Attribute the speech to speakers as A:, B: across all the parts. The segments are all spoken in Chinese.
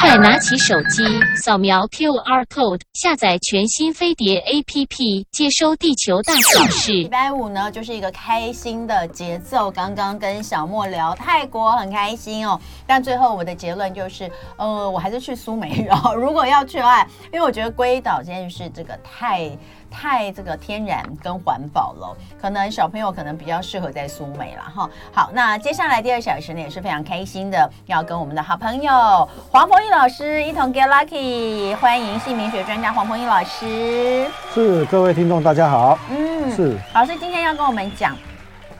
A: 快拿起手机，扫描 QR code，下载全新飞碟 APP，接收地球大小
B: 礼
A: 事。
B: 拜五呢，就是一个开心的节奏。刚刚跟小莫聊泰国，很开心哦。但最后我的结论就是，呃，我还是去苏梅屿哦。如果要去的话，因为我觉得龟岛真的是这个太太这个天然跟环保了，可能小朋友可能比较适合在苏梅啦哈。好，那接下来第二小时呢也是非常开心的，要跟我们的好朋友黄鹏毅老师一同 get lucky，欢迎姓名学专家黄鹏毅老师。
C: 是各位听众大家好，
B: 嗯，
C: 是，
B: 老师今天要跟我们讲。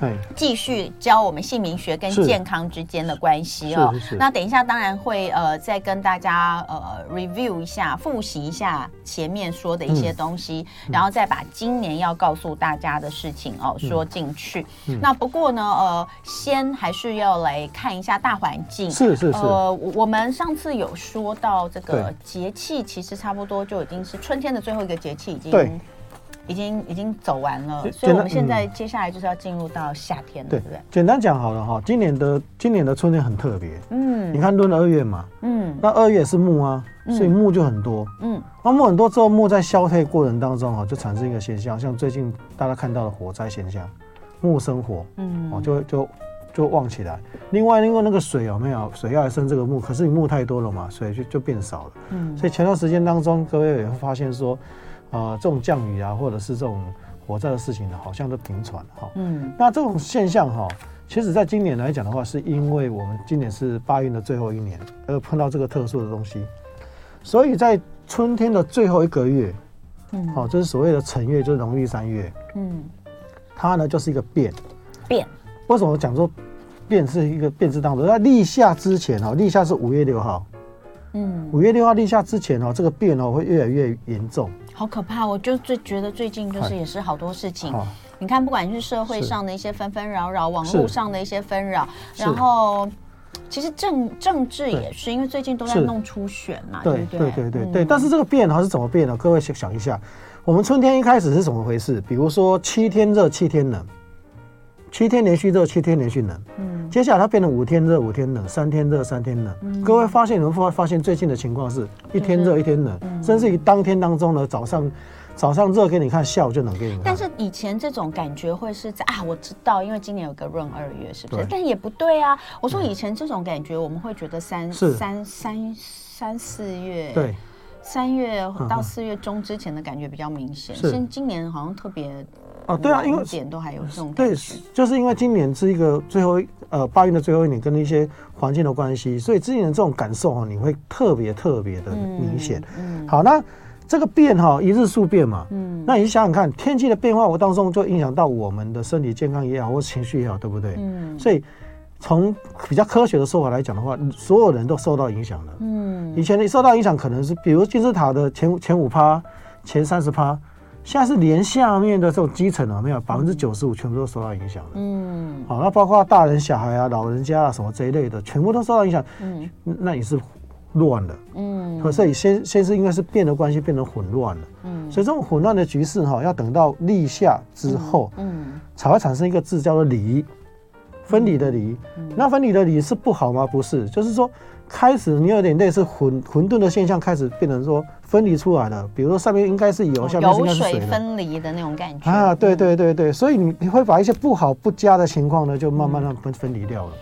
C: 哎，
B: 继续教我们姓名学跟
C: 是
B: 健康之间的关系哦
C: 是是是。
B: 那等一下当然会呃再跟大家呃 review 一下，复习一下前面说的一些东西，
C: 嗯
B: 然后再把今年要告诉大家的事情哦、说进去。
C: 嗯
B: 那不过呢呃，先还是要来看一下大环境。
C: 是是是，
B: 呃，我我们上次有说到这个
C: 对
B: 节气，其实差不多就已经是春天的最后一个节气，已
C: 对
B: 经已经已经走完了
C: 简，
B: 所以我
C: 简单
B: 们现在接下来就是要进入到夏天了，对
C: 对
B: 不对？，
C: 简单讲好了哈，今年的今年的春天很特别，你
B: 嗯
C: 看闰二月嘛，
B: 嗯
C: 那二月是木啊，所以木就很多，
B: 嗯，
C: 那木很多之后，木在消退过程当中哈，就产生一个现象，像最近大家看到的火灾现象，木生火，
B: 嗯
C: 哦，就就就旺起来。另外，因为那个水有没有水要来生这个木，可是你木太多了嘛，水就就变少了。
B: 嗯
C: 所以前段时间当中，各位也会发现说，呃，这种降雨啊，或者是这种火灾的事情呢，好像都频传哈。
B: 嗯
C: 那这种现象哈、其实在今年来讲的话，是因为我们今年是八运的最后一年，而碰到这个特殊的东西，所以在春天的最后一个月，
B: 嗯
C: 好、这是所谓的辰月，就是农历三月，
B: 嗯，
C: 它呢就是一个变。
B: 变
C: 为什么讲说变是一个变字当中？在立夏之前哦，立夏是五月六号，
B: 嗯，
C: 五月六号立夏之前哦，这个变哦会越来越严重。
B: 好可怕！我就最觉得最近就是
C: 嗨
B: 也是好多事情，
C: 好、
B: 你看，不管是社会上的一些纷纷扰扰，网络
C: 是
B: 上的一些纷扰，
C: 是
B: 然后其实政政治
C: 对
B: 也是，因为最近都在
C: 是
B: 弄初选嘛，
C: 对
B: 不
C: 对对对对，
B: 嗯
C: 但是这个变哦哈是怎么变的？各位想想一下，我们春天一开始是怎么回事？比如说七天热，七天冷，七天连续热，七天连续冷。
B: 嗯
C: 接下来它变成五天热，五天冷，三天热，三天冷。各位发现，你们发发现最近的情况是一天热一天冷，
B: 嗯
C: 甚至于当天当中呢，早上早上热给你看，下午就冷给你看。
B: 但是以前这种感觉会是在啊，我知道，因为今年有个闰二月，是不是
C: 对？
B: 但也不对啊。我说以前这种感觉，我们会觉得三
C: 是
B: 三三三四月，
C: 对，
B: 三月
C: 嗯
B: 到
C: 嗯
B: 四月中之前的感觉比较明显。
C: 是
B: 现今年好像特别
C: 哦对啊
B: 晚
C: 因为
B: 一点都还有这种感
C: 对
B: 觉。，
C: 就是因为今年是一个最后一呃八月的最后一年，跟一些环境的关系，所以今年这种感受哈，你会特别特别的明显。
B: 嗯
C: 好，那这个变哈，一日数变嘛，
B: 嗯
C: 那你想想看，天气的变化，我当中就影响到我们的身体健康也好，或情绪也好，对不对？
B: 嗯
C: 所以从比较科学的说法来讲的话，所有人都受到影响了。
B: 嗯
C: 以前你受到影响可能是，比如金字塔的前前五趴、前三十趴，现在是连下面的这种基层啊，没有百分之九十五全部都受到影响了。
B: 嗯
C: 好，那包括大人、小孩啊、老人家啊什么这一类的，全部都受到影响，
B: 嗯
C: 那也是乱了。
B: 嗯
C: 可所以先先是因为是变的关系，变得混乱了。
B: 嗯
C: 所以这种混乱的局势哈、要等到立夏之后，
B: 嗯
C: 才会产生一个字叫做离，分离的离。
B: 嗯
C: 那分离的离是不好吗？不是，就是说开始你有点类似混混沌的现象，开始变成说分离出来了。比如说上面应该是油，下面应
B: 哦油
C: 该是
B: 水
C: 水了。
B: 分离的那种感觉
C: 啊，对对对对，所以你你会把一些不好不佳的情况呢，就慢
B: 嗯
C: 慢的分分离掉了。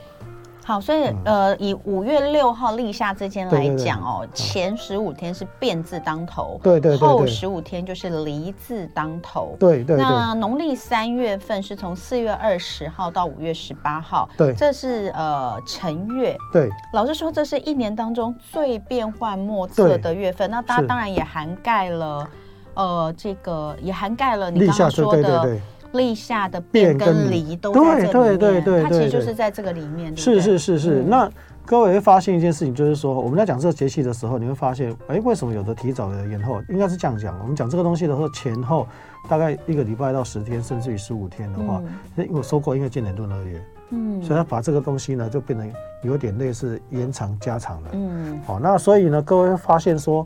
B: 好，所以、呃，以五月六号立夏这天来
C: 嗯对对对
B: 讲哦，前十五天是变字当头，
C: 对对对对
B: 后十五天就是离字当头。
C: 对对对，
B: 那农历三月份是从四月二十号到五月十八号，
C: 对
B: 这是呃辰月。
C: 对
B: 老实说，这是一年当中最变幻莫测
C: 对
B: 的月份。那它
C: 是
B: 当然也涵盖了，呃，这个也涵盖了你
C: 立
B: 刚
C: 夏
B: 刚
C: 对
B: 说
C: 对对
B: 的
C: 对，
B: 立夏的变
C: 变跟
B: 跟
C: 离
B: 离都在这里面，
C: 对对对对
B: 它其实
C: 对对
B: 就是在这个里面。对不
C: 是
B: 对
C: 是是是。
B: 嗯
C: 那各位会发现一件事情，就是说我们在讲这个节气的时候，你会发现，哎，为什么有的提早，有的延后？应该是这样讲，我们讲这个东西的时候，前后大概一个礼拜到十天，甚至于十五天的话，那因为我说过，因为今年闰二月，
B: 嗯
C: 所以他把这个东西呢，就变成有点类似延长加长了。
B: 嗯
C: 好，那所以呢，各位会发现说，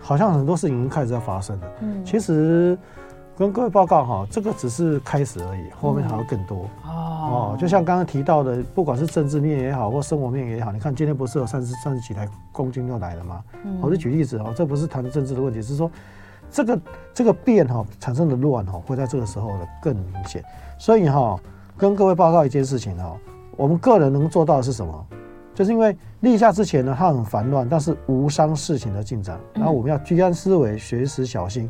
C: 好像很多事情已经开始在发生了。
B: 嗯
C: 其实跟各位报告哈，这个只是开始而已，后面还有更多、
B: 哦
C: 哦。就像刚刚提到的，不管是政治面也好，或生活面也好，你看今天不是有三十三十几台公斤又来了吗？我就举例子哦，这不是谈政治的问题，是说这个这个变哈、产生的乱哈、会在这个时候呢更明显。所以哈、跟各位报告一件事情哈、哦我们个人能做到的是什么？就是因为立夏之前呢，它很烦乱，但是无伤事情的进展。然后我们要居安思危，随时小心。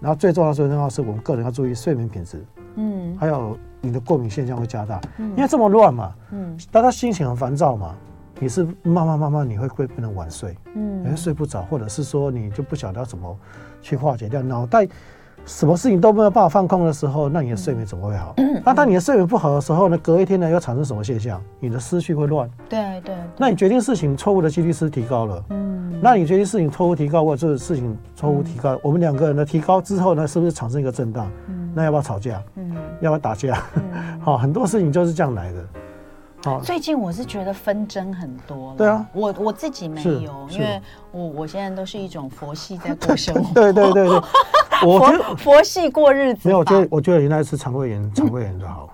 C: 然后最重要、最重要的是，我们个人要注意睡眠品质，
B: 嗯
C: 还有你的过敏现象会加大，因为这么乱嘛，
B: 嗯
C: 大家心情很烦躁嘛，你是慢慢慢慢你会会变得晚睡。你会
B: 嗯
C: 睡不着，或者是说你就不晓得要怎么去化解掉，脑袋什么事情都没有办法放空的时候，那你的睡
B: 嗯
C: 眠怎么会好？那当你的睡眠不好的时候呢，隔一天呢又产生什么现象？你的思绪会乱，
B: 对对，
C: 那你决定事情错误的几率是提高了。
B: 嗯
C: 那你决定事情错误提高，或者是事情错误提高，我们两个人的提高之后呢，是不是产生一个震荡？那要不要吵架？
B: 嗯
C: 要不要打架？
B: 嗯。
C: 好、很多事情就是这样来的。好、
B: 最近我是觉得纷争很多了，
C: 对啊，
B: 我我自己没
C: 是
B: 有，
C: 是
B: 因为我我现在都是一种佛系 在过生活，
C: 对对 对对，我觉得
B: 佛佛系过日子吧。嗯
C: 没有，我觉得我觉得你那一次肠胃炎，肠胃炎就好。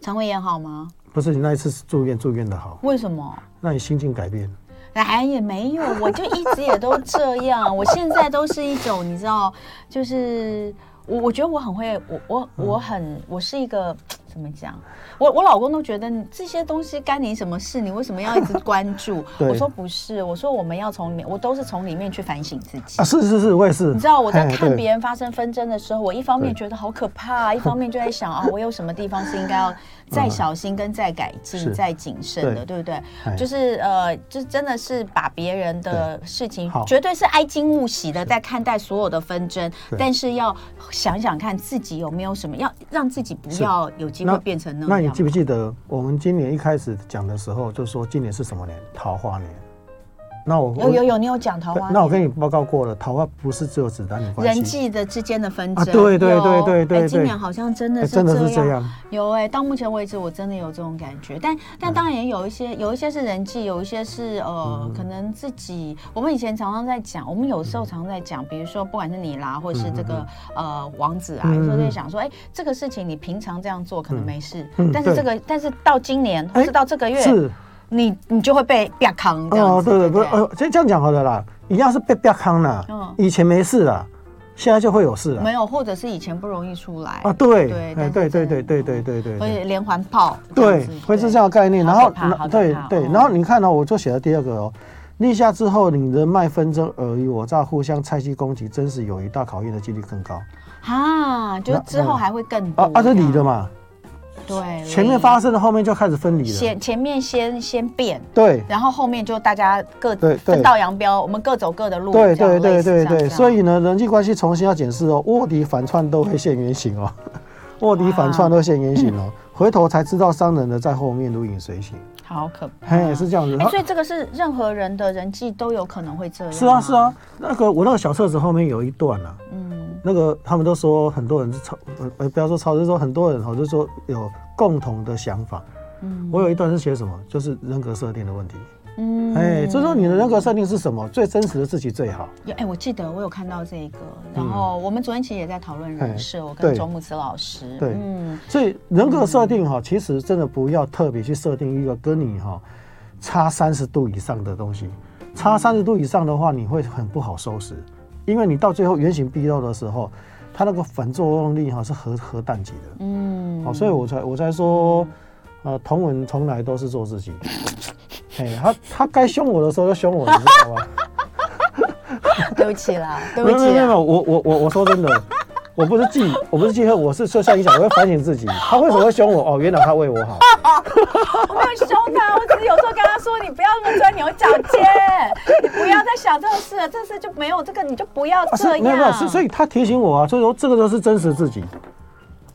B: 肠胃炎好吗？
C: 不是你那一次住院住院的好，
B: 为什么？
C: 那你心境改变，
B: 哎，也没有，我就一直也都这样。我现在都是一种，你知道，就是我，我觉得我很会，我我
C: 嗯
B: 我很，我是一个怎么讲？我我老公都觉得你这些东西干你什么事？你为什么要一直关注？
C: 对
B: 我说不是，我说我们要从里面，我都是从里面去反省自己
C: 啊，。是是是，我也是。
B: 你知道我在看别
C: 人，
B: 人发生纷争的时候，我一方面
C: 对
B: 觉得好可怕、一方面就在想啊，我有什么地方是应该要再小心、跟再改进、
C: 嗯是
B: 再谨慎的，对不对？
C: 哎
B: 就是呃，就真的是把别人的事情，
C: 好
B: 绝对是哀矜勿喜的在看待所有的纷争，
C: 对
B: 但是要想想看自己有没有什么，要让自己不
C: 是
B: 要有机会变成那
C: 那你
B: 样
C: 记。不记得我们今年一开始讲的时候，就说今年是什么年？桃花年。那我
B: 有有有，你有讲桃花
C: 对
B: 年，
C: 那我跟你报告过了，桃花不是只有指男女关系，
B: 人际的之间的纷
C: 啊
B: 争，
C: 对对
B: 有
C: 对对对
B: 哎
C: 对
B: 今年好像真的
C: 哎
B: 是
C: 真的是这样。
B: 有哎、到目前为止我真的有这种感觉，但
C: 嗯
B: 但当然有一些，有一些是人际，有一些是呃，可能自己。我们以前常常在讲，我们有时候常常在讲，比如说不管是你啦，或者是这个、呃王子啊，
C: 嗯
B: 有时候在想说，哎、这个事情你平常这样做可能没事，
C: 嗯嗯
B: 但是
C: 对
B: 这个，但是到今年或
C: 哎
B: 是到这个月，
C: 是
B: 你你就会被啪扛这样
C: 哦，
B: 子，
C: 对对
B: 不
C: 不是
B: 对？
C: 呃，先这样讲好了啦，一样是被啪康啦
B: 嗯，
C: 以前没事啦，现在就会有事
B: 没
C: 了
B: 有，或者是以前不容易出来
C: 啊，对，
B: 对
C: 哎
B: 但是
C: 对对
B: 真的
C: 对对对对对
B: 或
C: 对。
B: 者连环炮这样
C: 对
B: 子，
C: 会是
B: 对
C: 这样的概念。然
B: 好
C: 后
B: 可怕好可，
C: 对
B: 怕
C: 对
B: 嗯，
C: 然后你看呢，我就写了第二个哦，立夏之后，你人脉纷争、尔虞我诈、互相猜忌、攻击，真实友谊大考验的几率更高。
B: 啊，就是之后
C: 那
B: 还会更多
C: 啊啊，这理的
B: 嘛，
C: 嘛，
B: 对，
C: 前面
B: 理
C: 发生的，后面就开始分离了。
B: 先前面先先变，
C: 对
B: 然后后面就大家各
C: 对对
B: 分道扬镳，我们各走各的路。
C: 对
B: 这样
C: 对
B: 类
C: 对
B: 似这
C: 对
B: 样这
C: 对，
B: 样
C: 所以呢，人际关系重新要检视哦，卧底反串都会现原形哦，卧底反串都现原形哦，回头才知道伤人的在后面如影随形。
B: 好可怕。
C: 嘿，是这样子。
B: 啊
C: 啊
B: 哎，所以这个是任何人的人际都有可能会这样。
C: 是啊是，啊，那个我那个小册子后面有一段啊。
B: 嗯
C: 那个他们都说很多人是超呃呃不要说超，就是说很多人哈，哦就是说有共同的想法。
B: 嗯
C: 我有一段是写什么，就是人格设定的问题。
B: 嗯
C: 哎、就是说你的人格设定是什么，最真实的自己最好。
B: 有哎，我记得我有看到这个，然后我们昨天其实也在讨论人设，我跟
C: 嗯对
B: 周牧之老师，
C: 对
B: 嗯
C: 所以人格设定哈，其实真的不要特别去设定一个跟你哈差三十度以上的东西。差三十度以上的话，你会很不好收拾，因为你到最后原形毕露的时候，它那个反作用力哈是核核弹级的。哦
B: 嗯
C: 好，所以我才我才说，呃，同文从来都是做 自己。哎，他他该凶我的时候就凶我，你知道吗？
B: 对不起 啦， 对
C: 没
B: 不
C: 有没有
B: 起啊
C: 没
B: 啦，
C: 有，我我我我说真的，我不是记我不是记恨，我是就像你讲，我会反省自己，他为什么会凶我？哦，原来他为我好。
B: 我没有凶他，我只是有时候跟他说，你不要那么钻牛角尖，你不要再想这种事了，这事就没有这个，你就不要
C: 啊，是
B: 这样。
C: 没有没有，是所以他提醒我啊，所以说这个就是真实自己。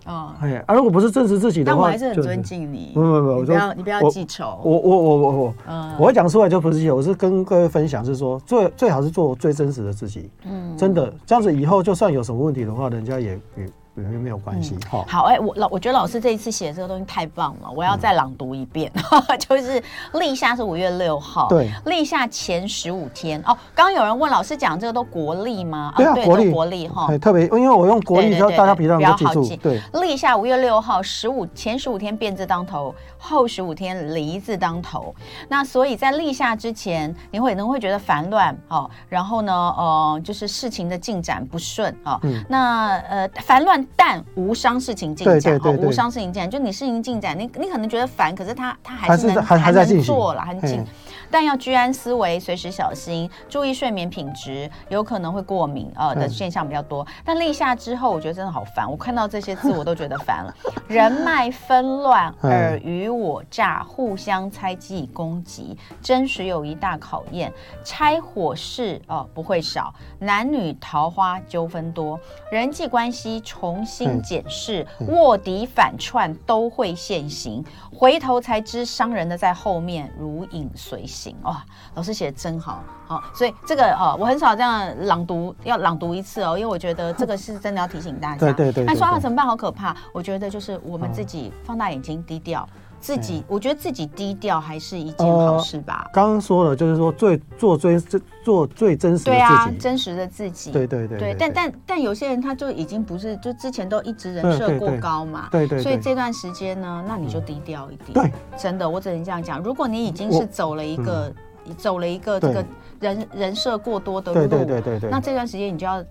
B: 嗯，
C: 哎，啊，如果不是真实自己的
B: 但
C: 话，
B: 我还是很
C: 就
B: 尊。敬你。
C: 不不不，我
B: 你不
C: 说
B: 要你不要
C: 我
B: 记仇。
C: 我我我我我
B: 嗯，
C: 我讲出来就不是戏，我是跟各位分享，是说最最好是做最真实的自己。
B: 嗯
C: 真的这样子，以后就算有什么问题的话，人家也也里面没有关系。好、
B: 好，哎、我老我觉得老师这一次写这个东西太棒了，我
C: 嗯
B: 要再朗读一遍。 就是立夏是五月六号，
C: 对，
B: 立夏前十五天哦。刚刚有人问老师讲这个都国历吗？啊
C: 对啊，
B: 对，
C: 国
B: 都
C: 历
B: 国历哈。
C: 哎特别因为我用国历，
B: 对对
C: 让
B: 对
C: 大家比较
B: 比
C: 能
B: 较
C: 够记
B: 好
C: 住
B: 记。
C: 对，
B: 立夏五月六号，十五前十五天变字当头，后十五天离字当头。那所以在立夏之前，你会可能会觉得烦乱哦，然后呢，呃，就是事情的进展不顺哦。
C: 嗯
B: 那呃，烦乱但无伤事情进
C: 对
B: 展哦
C: 对对对
B: 无伤事情进展，就你事情进展，你你可能觉得烦，可是它它还
C: 还
B: 是
C: 是
B: 能
C: 在还还在
B: 能
C: 进行
B: 做了，还能进
C: 嗯。
B: 但要居安思危，随时小心，注意睡眠品质，有可能会过敏呃的
C: 嗯
B: 现象比较多。但立夏之后，我觉得真的好烦，我看到这些字我都觉得烦了。人脉纷乱，
C: 嗯
B: 尔虞我诈，互相猜忌攻击，真实友谊大考验，拆伙事哦、呃不会少，男女桃花纠纷多，人际关系重新
C: 嗯
B: 检视，
C: 嗯
B: 卧底反串都会现行，回头才知商人的在后面如影随形。哇、老师写的真好，好、所以这个哦，我很少这样朗读，要朗读一次哦，因为我觉得这个是真的要提醒大家。
C: 对对对
B: 那
C: 对
B: 说啊
C: 对
B: 怎么办？好可怕！我觉得就是我们
C: 嗯
B: 自己放大眼睛，低调。自己，我觉得自己低调还是一件好事吧。
C: 刚刚说了，就是说最做最最做最真实的
B: 对啊
C: 自，己。
B: 真实的自己。
C: 对对对
B: 对，但但但有些人他就已经不是，就之前都一直人
C: 对
B: 设
C: 对
B: 过
C: 对
B: 高嘛，
C: 对对
B: 所以
C: 对嗯
B: 这段时间呢，那你就低调一点。
C: 对，
B: 真的，我只能这样讲。如果你已经
C: 我嗯
B: 是走了一个走了一个这
C: 对
B: 个人人设过多的
C: 对
B: 路，
C: 对对对嗯对。
B: 那这段时间你就要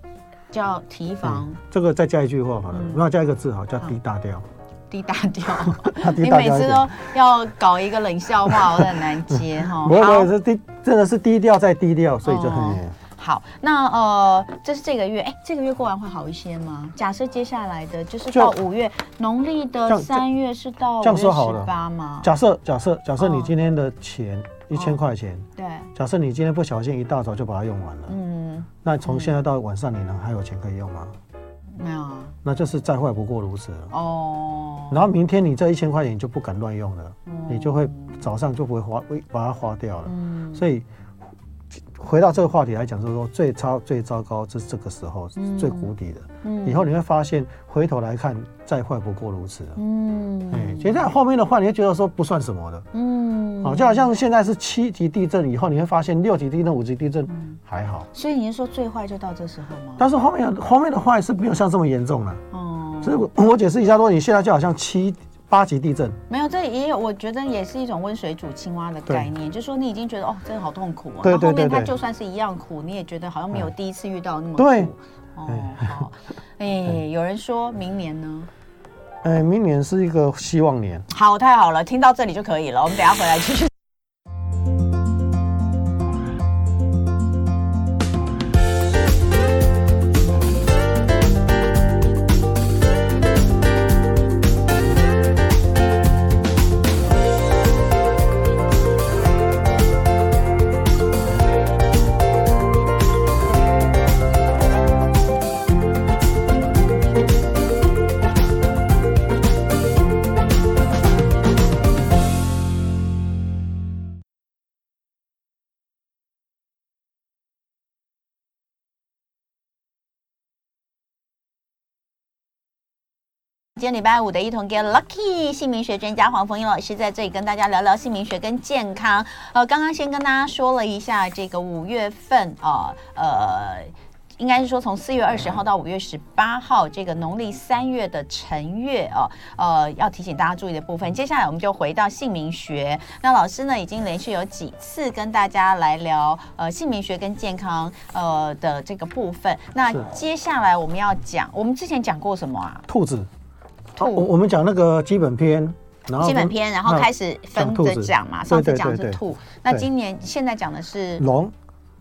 B: 就要提防
C: 这个再加一句话好了
B: 嗯，
C: 那加一个字好，叫
B: 好
C: 低大调。
B: 低大调。
C: 它 低
B: 你
C: 大
B: 每
C: 调一
B: 次
C: 点。
B: 都要搞一个冷笑话，我都很难接 哈。
C: 不会不
B: 好
C: 会，这低真的是低调再低调，所以就
B: 哦
C: 很。
B: 好，那呃，这是这个月，哎，这个月过完会好一些吗？假设接下来的就是
C: 就
B: 到五月，农历的
C: 这样
B: 三月是到五
C: 这
B: 月
C: 样说好了
B: 十八吗？
C: 假设假设假设
B: 哦
C: 你今天的钱一千
B: 哦
C: 块钱，
B: 对，
C: 假设你今天不小心一大早就把它用完了，
B: 嗯，
C: 那从现在到晚上你能还有钱可以用吗？
B: 没有啊，
C: 那就是再坏不过如此了。
B: 哦，
C: 然后明天你这一千块钱你就不敢乱用了，
B: 嗯
C: 你就会早上就不会花，会把它花掉了。
B: 嗯
C: 所以回到这个话题来讲，就是说最糟最糟糕是这个时候
B: 嗯
C: 最谷底的。
B: 嗯
C: 以后你会发现，回头来看再坏不过如此了。
B: 嗯
C: 哎，其实在后面的话，你会觉得说不算什么的。
B: 嗯
C: 好，就好像现在是七级地震以后，你会发现六级地震、五级地震
B: 嗯
C: 还好，
B: 所以你是说最坏就到这时候吗？
C: 但是后面的后面的坏是没有像这么严重了。
B: 哦，
C: 所以我我解释一下，如果你现在就好像七八级地震，
B: 没有，这也有，我觉得也是一种温水煮青蛙的概念，就说你已经觉得哦，真的好痛苦啊，
C: 对
B: 那后
C: 对对
B: 面它
C: 对
B: 就算是一样苦，你也觉得好像没有
C: 嗯
B: 第一次遇到那么苦。
C: 对，
B: 哦， 好，哎，有人说明年呢？
C: 哎，明年是一个希望年。
B: 好，太好了，听到这里就可以了，我们等一下回来继续。今天礼拜五的一同 get lucky，姓名学专家黄凤英老师在这里跟大家聊聊姓名学跟健康。呃，刚刚先跟大家说了一下这个五月份啊，呃。应该是说从四月二十号到五月十八号，这个农历三月的辰月啊，呃，要提醒大家注意的部分。接下来我们就回到姓名学，那老师呢已经连续有几次跟大家来聊呃姓名学跟健康呃的这个部分。那
C: 是
B: 接下来我们要讲，我们之前讲过什么啊？
C: 兔子，
B: 兔
C: 啊我我们讲那个基本篇，然后
B: 基本篇，然后
C: 哦那
B: 开始分着讲嘛。上次讲的
C: 对
B: 是
C: 对对
B: 兔，那今年现在讲的是
C: 龙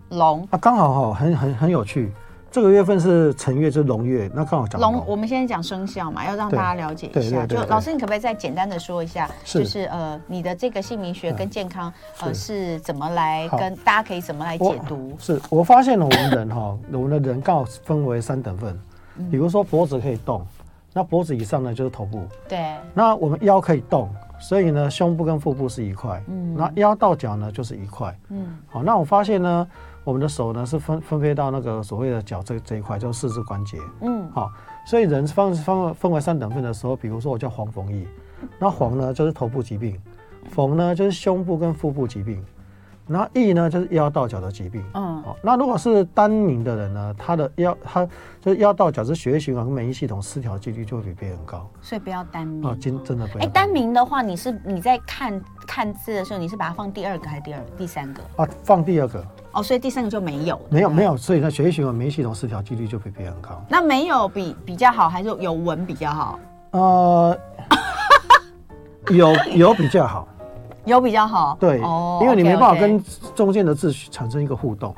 B: 龙。
C: 啊，刚好哈，很很很有趣。这个月份是辰月，就是龙月，那刚好讲
B: 龙，我们现在讲生肖嘛，要让大家了解一
C: 对对
B: 下。
C: 对对
B: 就
C: 对
B: 老师，你可不可以再简单的说一下，就
C: 是
B: 是呃，你的这个姓名学跟健康呃
C: 嗯
B: 是怎么来
C: 好
B: 跟大家可以怎么来解读
C: 我？是我发现了我们人哈， 我们的人刚好分为三等份，
B: 嗯
C: 比如说脖子可以动，那脖子以上呢就是头部，
B: 对，
C: 那我们腰可以动，所以呢胸部跟腹部是一块，嗯，那腰到脚呢就是一块，
B: 嗯，
C: 好，那我发现呢，我们的手呢是分分配到那个所谓的脚这这一块，就是四肢关节，
B: 嗯
C: 好，所以人分分分为三等份的时候，比如说我叫黄冯翊，那黄呢就是头部疾病，冯呢就是胸部跟腹部疾病，然后翊呢就是腰到脚的疾病。
B: 嗯
C: 哦，那如果是单宁的人呢，他的腰他就是腰到脚是血液循环跟免疫系统失调的几率就会比别人高。
B: 所以不要单名。
C: 哦，今真的不
B: 哎、
C: 要。
B: 单名的话，你是你在看看字的时候，你是把它放第二个还是第二第三个？
C: 啊，放第二个
B: 哦，所以第三个就没有。
C: 没有没
B: 有。
C: 有，所以呢，血液循环免疫系统失调几率就比别人高。
B: 那没有比比较好，还是有文比较好？
C: 呃，有有比较好，
B: 有比较好。哦
C: 对，因为你没办法
B: OK，OK
C: 跟中间的字产生一个互动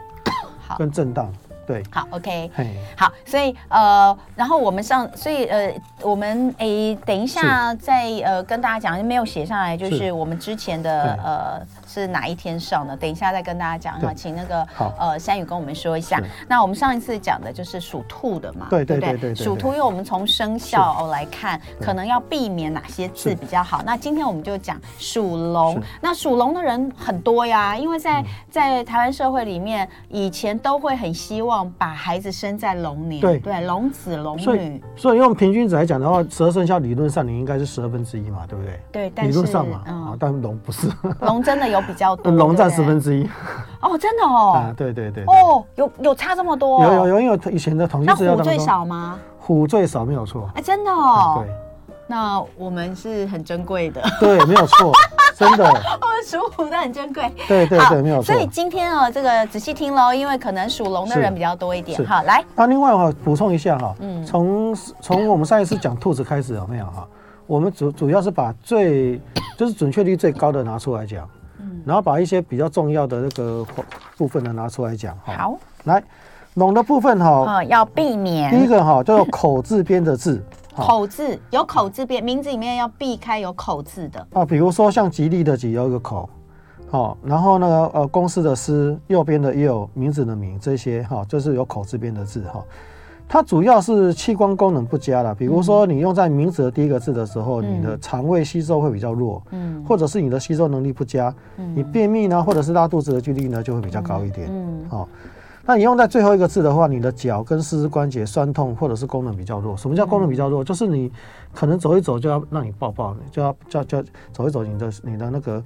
B: 好，
C: 跟震荡，对，
B: 好 OK。
C: 嘿，
B: 好，所以呃，然后我们上，所以呃，我们诶，等一下再呃跟大家讲，没有写上来，就是
C: 是
B: 我们之前的
C: 对
B: 呃是哪一天上的，等一下再跟大家讲哈，
C: 对
B: 请那个
C: 好
B: 呃山宇跟我们说一下
C: 是。
B: 那我们上一次讲的就是属兔的嘛，
C: 对
B: 不
C: 对对对对
B: 属兔，因为我们从生肖哦来看，
C: 对
B: 可能要避免哪些字
C: 是
B: 比较好。那今天我们就讲属龙
C: 是，嗯
B: 那属龙的人很多呀，因为在在台湾社会里面，以前都会很希望把孩子生在龙年，
C: 对
B: 对，龙子龙
C: 所
B: 女
C: 以，所以用平均值来讲的话，十二生肖理论上你应该是十二分之一嘛，对不对？
B: 对，但
C: 理论
B: 是
C: 上嘛，啊
B: 嗯，，
C: 但龙不是，
B: 龙真的有比较多，
C: 龙占
B: 对
C: 十
B: 不对
C: 分之一
B: 哦，真的
C: 啊，
B: 哦，
C: 对对对，对
B: 哦，有有差这么多，
C: 有有。有，因为以前的统计
B: 那
C: 资料
B: 虎
C: 当
B: 最
C: 中，
B: 少吗？
C: 虎最少没有错，嗯
B: 哎，真的哦。
C: 对。
B: 那我们是很珍贵的，
C: 对，没有错，真的，
B: 我们属虎的很珍贵。
C: 对对
B: 好，
C: 对，没有错
B: 所。以今天哦，这个仔细听喽，因为可能属龙的
C: 是
B: 人比较多一点。
C: 是
B: 好，来，
C: 那另外哈，补充一下哈
B: 嗯，
C: 从从我们上一次讲兔子开始有没有哈？我们主主要是把最就是准确率最高的拿出来讲，
B: 嗯
C: 然后把一些比较重要的那个部分呢拿出来讲哈。
B: 好，
C: 来，龙的部分哈，
B: 呃，要避
C: 第一
B: 免
C: 个哈叫做口字边的字，哈
B: 口字有口字边，名字里面要避开有口字的。
C: 啊，比如说像吉利的吉有一个口。好，然后呢，呃，公司的司，右边的右，名字的名，这些哈、就是有口字边的字哈、它主要是器官功能不佳啦，比如说你用在名字的第一个字的时候，
B: 嗯
C: 你的肠胃吸收会比较弱，
B: 嗯
C: 或者是你的吸收能力不佳，你便秘呢，或者是拉肚子的几率呢就会比较高一点。
B: 嗯，
C: 好、那你用在最后一个字的话，你的脚跟四肢关节酸痛或者是功能比较弱。什么叫功能比较
B: 嗯
C: 弱？就是你可能走一走就要让你抱抱，你就要就要就要走一走你的你的那个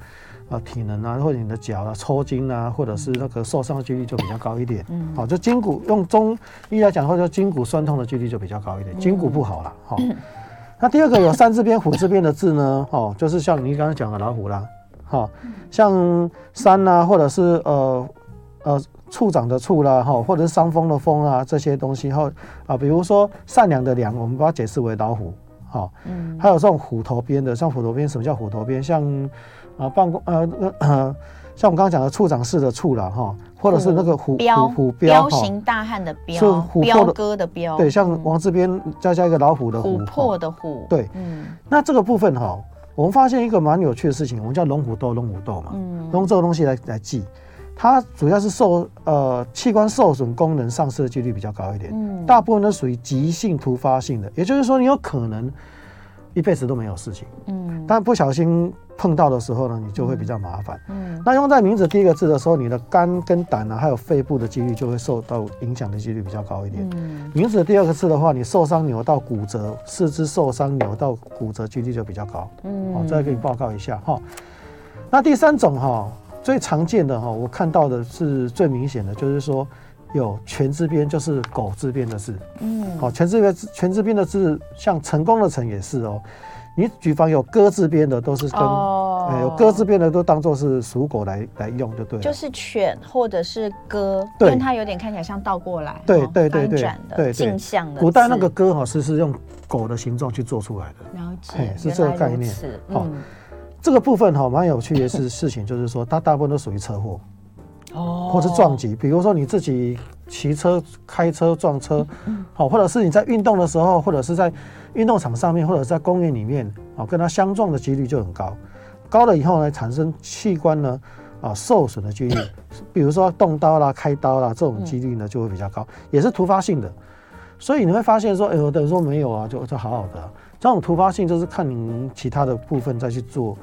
C: 呃体能啊，或者你的脚啊抽筋啊，或者是那个受伤的几率就比较高一点。
B: 嗯
C: 好、就筋骨用中医来讲的话，就筋骨酸痛的几率就比较高一点，筋骨不好了。好、 那第二个有山字边、虎字边的字呢，哦，就是像你刚刚讲的老虎啦，好、像山啊，或者是呃呃处长的处啦，哈，或者是伤风的风啊这些东西，哈啊，比如说善良的良，我们把它解释为老虎，好、
B: 嗯
C: 还有这种虎头边的，像虎头边，什么叫虎头边？像啊办公呃呃呃， 像我们刚刚讲的处长室的处啦，哈，或者是那个虎
B: 彪
C: 虎虎标
B: 彪
C: 哈，
B: 形大汉的
C: 是
B: 彪，
C: 琥珀的
B: 彪哥的彪，
C: 对，像王字边再加一个老虎的虎，
B: 琥
C: 哈
B: 珀的琥，
C: 对
B: 嗯
C: 那这个部分哈、我们发现一个蛮有趣的事情，我们叫龙虎斗，龙虎斗嘛，
B: 嗯
C: 用这个东西来来记，它主要是受呃器官受损、功能丧失的几率比较高一点，
B: 嗯
C: 大部分都属于急性突发性的，也就是说你有可能一辈子都没有事情，
B: 嗯
C: 但不小心碰到的时候呢，你就会比较麻烦。
B: 嗯
C: 那用在名字第一个字的时候，你的肝跟胆啊，还有肺部的几率就会受到影响的几率比较高一点。
B: 嗯
C: 名字的第二个字的话，你受伤扭到骨折，四肢受伤扭到骨折几率就比较高。
B: 嗯
C: 哦，再给你报告一下哈、那第三种哈、最常见的哈、我看到的是最明显的，就是说有犬字边，就是狗字边的字。
B: 嗯，
C: 哦，犬字边犬字边的字，像成功的成也是哦。你举凡有鸽字边的，都是跟、
B: 哦
C: 呃有鸽字边的都当做是属狗来来用就对了。
B: 就是犬或者是鸽，因
C: 对
B: 为它有点看起来像倒过来，
C: 对
B: 哦
C: 对对
B: 翻
C: 对
B: 转
C: 对
B: 的
C: 对
B: 镜像的字，
C: 古代那个鸽哈是是用狗的形状去做出来的。
B: 了解
C: 嘿哎是这个
B: 原来
C: 概念
B: 如此
C: 好
B: 嗯
C: 这个部分哈、蛮有趣的是事情，就是说它大部分都属于车祸
B: 哦
C: 或是撞击，比如说你自己骑车、开车撞车，好、或者是你在运动的时候，或者是在运动场上面，或者是在公园里面，好、跟它相撞的几率就很高，高了以后呢，产生器官呢。啊，受损的几率，比如说动刀啦、开刀啦，这种几率呢就会比较高，也是突发性的。所以你会发现说，哎，有的人说没有啊，就就好好的啊、这种突发性就是看您其他的部分再去做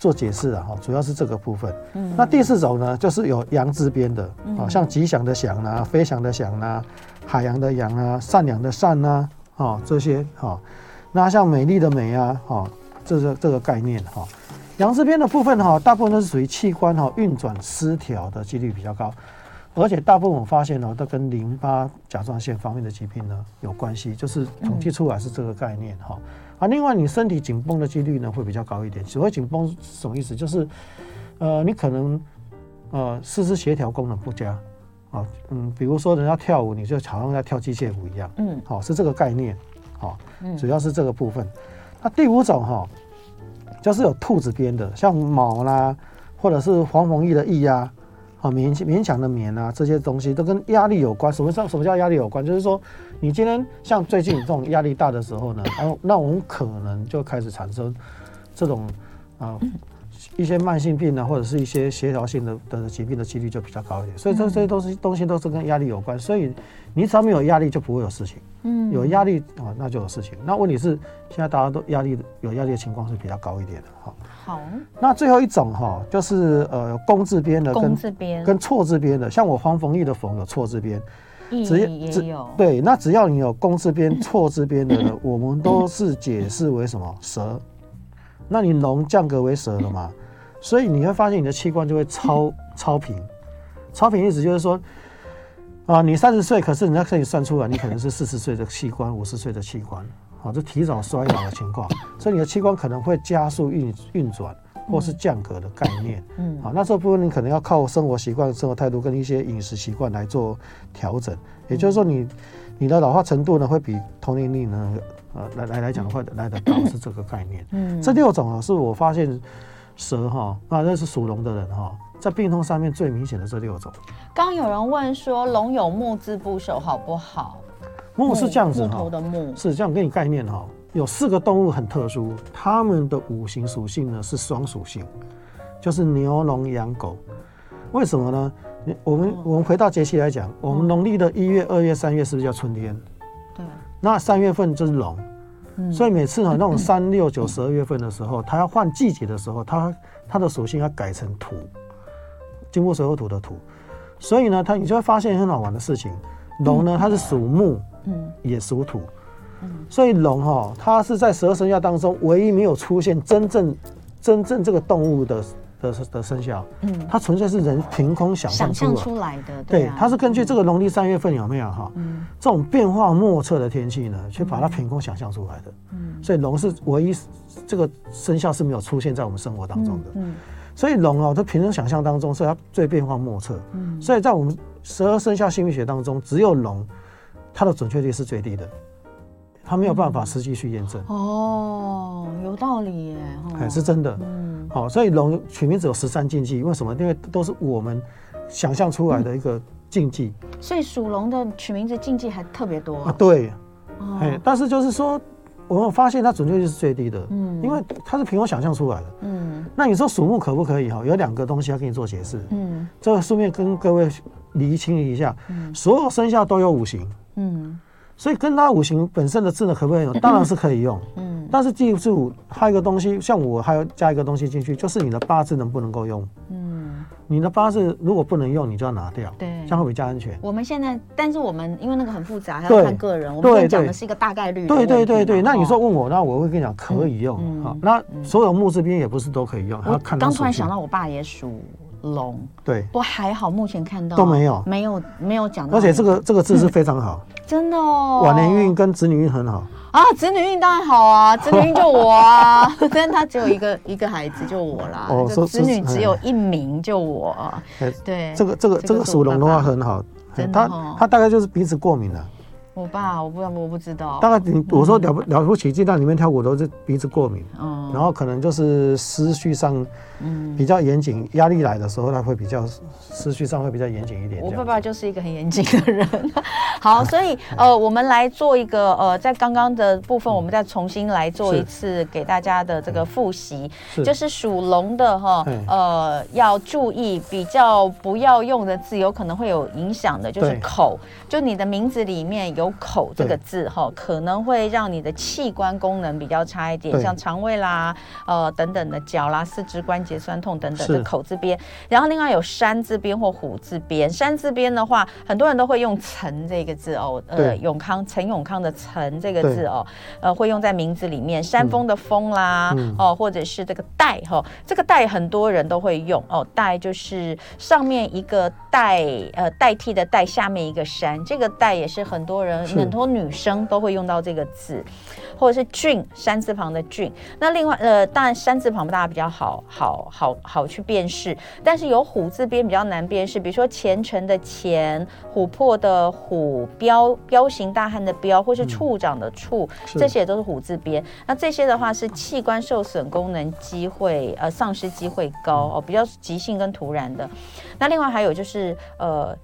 C: 做解释啊了哈，主要是这个部分。那第四种呢，就是有羊字边的，好、像吉祥的祥啊，飞翔的翔啊，海洋的洋啊，善良的善啊，哦，这些哈、哦。那像美丽的美啊，哈、哦，这个这个概念哈、哦。阳之边的部分哈、大部分都是属于器官哈、运转失调的几率比较高，而且大部分我发现哦，都跟淋巴甲状腺方面的疾病呢有关系，就是统计出来是这个概念哈、啊，另外你身体紧绷的几率呢会比较高一点。所谓紧绷是什么意思？就是呃，你可能呃四肢协调功能不佳啊，嗯，比如说人家跳舞，你就好像在跳机械舞一样，
B: 嗯
C: 好、是这个概念，好、主要是这个部分。那第五种哈、就是有兔子边的，像卯啦，或者是黄红翼的翼啊，好、勉勉强的勉啊，这些东西都跟压力有关。什么叫什么叫压力有关？就是说你今天像最近这种压力大的时 候呢，哦，那我们可能就开始产生这种啊。一些慢性病啊，或者是一些协调性的的疾病的几率就比较高一点，所以
B: 嗯
C: 这这些东西东西都是跟压力有关，所以你只要没有压力就不会有事情。
B: 嗯
C: 有压力啊、那就有事情。那问题是，现在大家都压力有压力的情况是比较高一点的哈、
B: 嗯好，
C: 那最后一种哈、就是呃弓字边的
B: 弓
C: 跟
B: 字边
C: 跟错字边的，像我黄逢义的逢有错字边，
B: 意
C: 只
B: 义也
C: 只
B: 有，
C: 对，那只要你有弓字边、错字边的呢，我们都是解释为什么蛇。那你龙降格为蛇了嘛？所以你会发现你的器官就会 超超频，超频意思就是说，啊，你三十岁，可是人家可以算出来，你可能是四十岁的器官，五十岁的器官，好、这提早衰老的情况，所以你的器官可能会加速运运转，或是降格的概念。啊
B: 嗯
C: 好，那这部分你可能要靠生活习惯、生活态度跟一些饮食习惯来做调整。也就是说你，你的老化程度呢，会比同年龄呢，呃，来来来讲的话来得高，是这个概念。
B: 嗯
C: 这六种啊，是我发现蛇哈，啊，那是属龙的人哈，在病痛上面最明显的这六种。
B: 刚有人问说龙有木字部首好不好？
C: 木是这样子
B: 木头
C: 哈，
B: 的木，
C: 是这样给你概念哈。有四个动物很特殊，它们的五行属性呢是双属性，就是牛、龙、羊、狗。为什么呢？你我们
B: 哦
C: 我们回到节气来
B: 嗯
C: 讲，我们农历的一月、二月、三月是不是叫春天？
B: 对，
C: 那三月份就是龙，
B: 嗯
C: 所以每次哈那种三六九十二月份的时候，它要换季节的时候，它它的属性要改成土，金木水火土的土。所以呢，它你就会发现很好玩的事情，龙呢它是属木，
B: 嗯
C: 也属土。所以龙哈、它是在十二生肖当中唯一没有出现真正真正这个动物的的的生肖，
B: 嗯，
C: 它纯粹是人凭空想象
B: 想象
C: 出来。
B: 出来的，
C: 对
B: 啊，
C: 它是根据这个农历三月份有没有哈、
B: 嗯
C: 这种变化莫测的天气呢，去把它凭空想象出来的。
B: 嗯
C: 所以龙是唯一这个生肖是没有出现在我们生活当中的。
B: 嗯
C: 所以龙哦，它凭空想象当中，所以它最变化莫测。
B: 嗯
C: 所以在我们十二生肖心理学当中，只有龙，它的准确率是最低的，它没有办法实际去验证，
B: 哦，有道理耶，哦
C: 哎、是真的。
B: 嗯
C: 好、所以龙取名只有十三禁忌，为什么？因为都是我们想象出来的一个禁忌、
B: 所以属龙的取名字禁忌还特别多
C: 啊。对，
B: 哦
C: 哎、但是就是说，我们发现它准确率是最低的，
B: 嗯
C: 因为它是凭空想象出来的。
B: 嗯
C: 那你说属木可不可以？哈，有两个东西要给你做解释。
B: 嗯
C: 这个顺便跟各位厘清一下，所有生肖都有五行，
B: 嗯
C: 所以跟它五行本身的字呢，可不可以用？当然是可以用。
B: 嗯
C: 但是第四五还有一个东西，像我还要加一个东西进去，就是你的八字能不能够用？
B: 嗯，
C: 你的八字如果不能用，你就要拿掉，
B: 对
C: 这样会比较安全。
B: 我们现在，但是我们因为那个很复杂，还要
C: 对
B: 看个人。我们现
C: 对
B: 在讲的
C: 对
B: 是一个大概率的问
C: 对
B: 题嘛。
C: 对对对，那你说
B: 哦，
C: 问我，那我会跟你讲可以用。好，那所有木字边也不是都可以用，还
B: 嗯
C: 要
B: 我
C: 看它
B: 刚
C: 属
B: 突然
C: 性
B: 想到，我爸也属龙，
C: 对，
B: 不过还好，目前看到
C: 都没有
B: 没有没有讲到。
C: 而且这个这个字是非常好，
B: 真的嗯哦，
C: 晚年运跟子女运很好。
B: 啊，子女运当然好啊，子女运就我啊， 但他只有一个一个孩子，就我啦。
C: 哦
B: 就
C: 说
B: 子女
C: 是
B: 只有一名，就我啊。
C: 哎
B: 对，
C: 这个这个这个
B: 是我
C: 属龙
B: 爸
C: 的话
B: 爸
C: 很好，
B: 真的哦
C: 它它大概就是鼻子过敏了。
B: 我爸，我不我不知道
C: 大。概你我说了不了不起，鸡蛋里面挑骨头是鼻子过敏，
B: 嗯
C: 然后可能就是思绪上
B: 嗯，
C: 比较严谨，压力来的时候他会比较思绪上会比较严谨一点。
B: 我
C: 这
B: 爸
C: 样
B: 爸就是一个很严谨的人。啊 好，所 以呃，我们来做一个呃，在刚刚的部分，我们再重新来做一
C: 是
B: 次给大家的这个复习，
C: 是
B: 就是属龙的哈
C: 哎，
B: 呃，要注意比较不要用的字，有可能会有影响的，就是
C: 对
B: 口，就你的名字里面有有口这
C: 对
B: 个字哈，可能会让你的器官功能比较差一点，
C: 对
B: 像肠胃啦、呃等等的脚啦、四肢关节酸痛等等的
C: 是
B: 口字边。然后另外有山字边或虎字边，山字边的话，很多人都会用陈这个字哦，呃，
C: 对
B: 永康陈永康的陈这个
C: 对
B: 字哦，呃，会用在名字里面，山峰的峰啦，
C: 嗯
B: 哦，或者是这个带哈、这个带很多人都会用哦，带就是上面一个带呃代替的带，下面一个山，这个带也是很多人
C: 是
B: 很多女生都会用到这个字，或者是俊山字旁的俊。那另外呃，当然山字旁大家比较好好好好去辨识，但是有虎字边比较难辨识，比如说虔诚的虔，琥珀的琥，彪彪形大汉的彪，或是
C: 嗯
B: 处长的处，
C: 是
B: 这些也都是虎字边。那这些的话是器官受损功能机会呃丧失机会
C: 嗯
B: 高哦，比较急性跟突然的。那另外还有就是呃。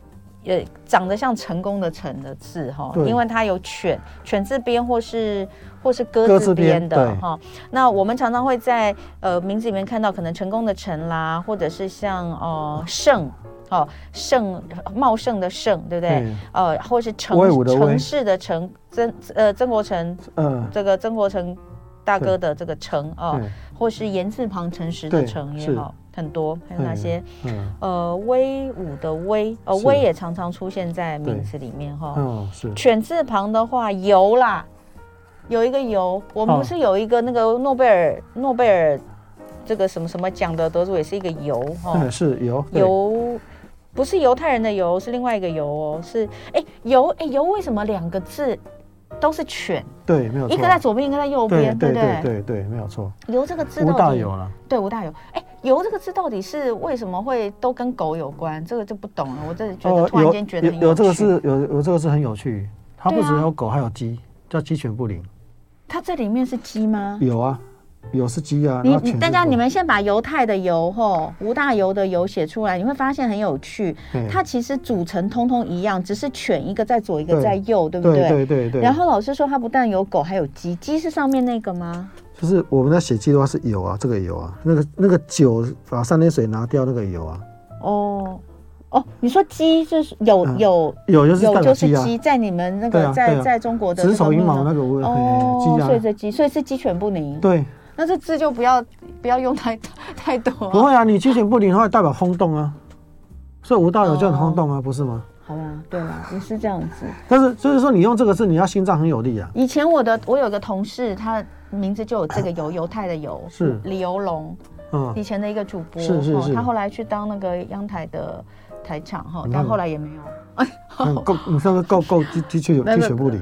B: 呃，长得像成功的“成”的字哈，
C: 对
B: 因为它有犬犬字边或是或是
C: 鸽
B: 鸽字
C: 字边
B: 边的
C: 对
B: 哈。那我们常常会在呃名字里面看到可能成功的“成”啦，或者是像呃盛哦盛茂盛的盛，对不对？
C: 对，
B: 呃，或是城
C: 威武的威
B: 城市的城曾呃曾国成
C: 嗯，
B: 这个曾国成大哥的这个城哦，
C: 对，
B: 或是言字旁诚实的
C: 对
B: 诚也
C: 是
B: 好，很多还有哪些
C: 嗯
B: 呃威武的威呃
C: 是
B: 威也常常出现在名
C: 对
B: 词里面哈、
C: 嗯是，
B: 犬字旁的话，油啦，有一个油，我们
C: 哦
B: 不是有一个那个诺贝尔诺贝尔这个什么什么奖的得主也是一个油哈、
C: 嗯是有对
B: 犹不是犹太人的犹，是另外一个犹哦，是哎犹哎犹为什么两个字都是犬，
C: 对没有错，
B: 一个在左边，一个在右
C: 对
B: 边，
C: 对
B: 不
C: 对？对对没有错，
B: 犹这个字
C: 吴
B: 到
C: 大
B: 底
C: 有了，
B: 对吴大有，哎犹这个字到底是为什么会都跟狗有关？这个就不懂了，我真的觉得突然
C: 哦有
B: 间觉得
C: 有
B: 很
C: 有这个
B: 趣
C: 是有有这个是很有趣，它
B: 对
C: 不只
B: 啊
C: 有狗，还有鸡，叫鸡犬不宁，
B: 它这里面是鸡吗？
C: 有啊，有是鸡啊，然
B: 你
C: 后犬
B: 大
C: 是
B: 家
C: 狗
B: 你们先把犹太的犹吼吴大猷的猷写出来，你会发现很有趣，
C: 对
B: 它其实组成通通一样，只是犬一个在左一个
C: 对
B: 在右，对不
C: 对对对对，
B: 然后老师说它不但有狗，还有鸡，鸡是上面那个吗？
C: 就是我们在写记的话是有啊，这个有啊，那个那个酒把三点水拿掉那个有啊，
B: 哦哦，你说鸡就是有、
C: 嗯
B: 有
C: 有就是代
B: 有
C: 表
B: 就
C: 鸡
B: 是
C: 啊，
B: 鸡，在你们那
C: 对
B: 个、
C: 啊
B: 在
C: 对啊
B: 在中国的
C: 子
B: 那个
C: 丑寅
B: 命
C: 卯
B: 呢
C: 那个我
B: 哦，
C: 嘿
B: 所以
C: 鸡啊，
B: 这鸡，所以是鸡犬不宁。
C: 对，
B: 那这字就不要不要用太太多、
C: 不
B: 啊，
C: 会啊，你鸡犬不宁的话代表轰动啊，所以吴大有就很轰动啊，
B: 哦
C: 不是吗？
B: 好啦，对啦，也是这样子。
C: 但是就是说你用这个字，你要心脏很有力啊，
B: 以前我的我有一个同事，他名字就有这个 犹犹太的犹，
C: 是
B: 李游龙，以
C: 嗯，
B: 前的一个主播，
C: 是是
B: 哦
C: 是
B: 他后来去当那个央台的台长哈，
C: 你看
B: 但后来也没有。
C: 很嗯够，你上个够够鸡鸡犬有
B: 没有
C: 鸡犬不宁，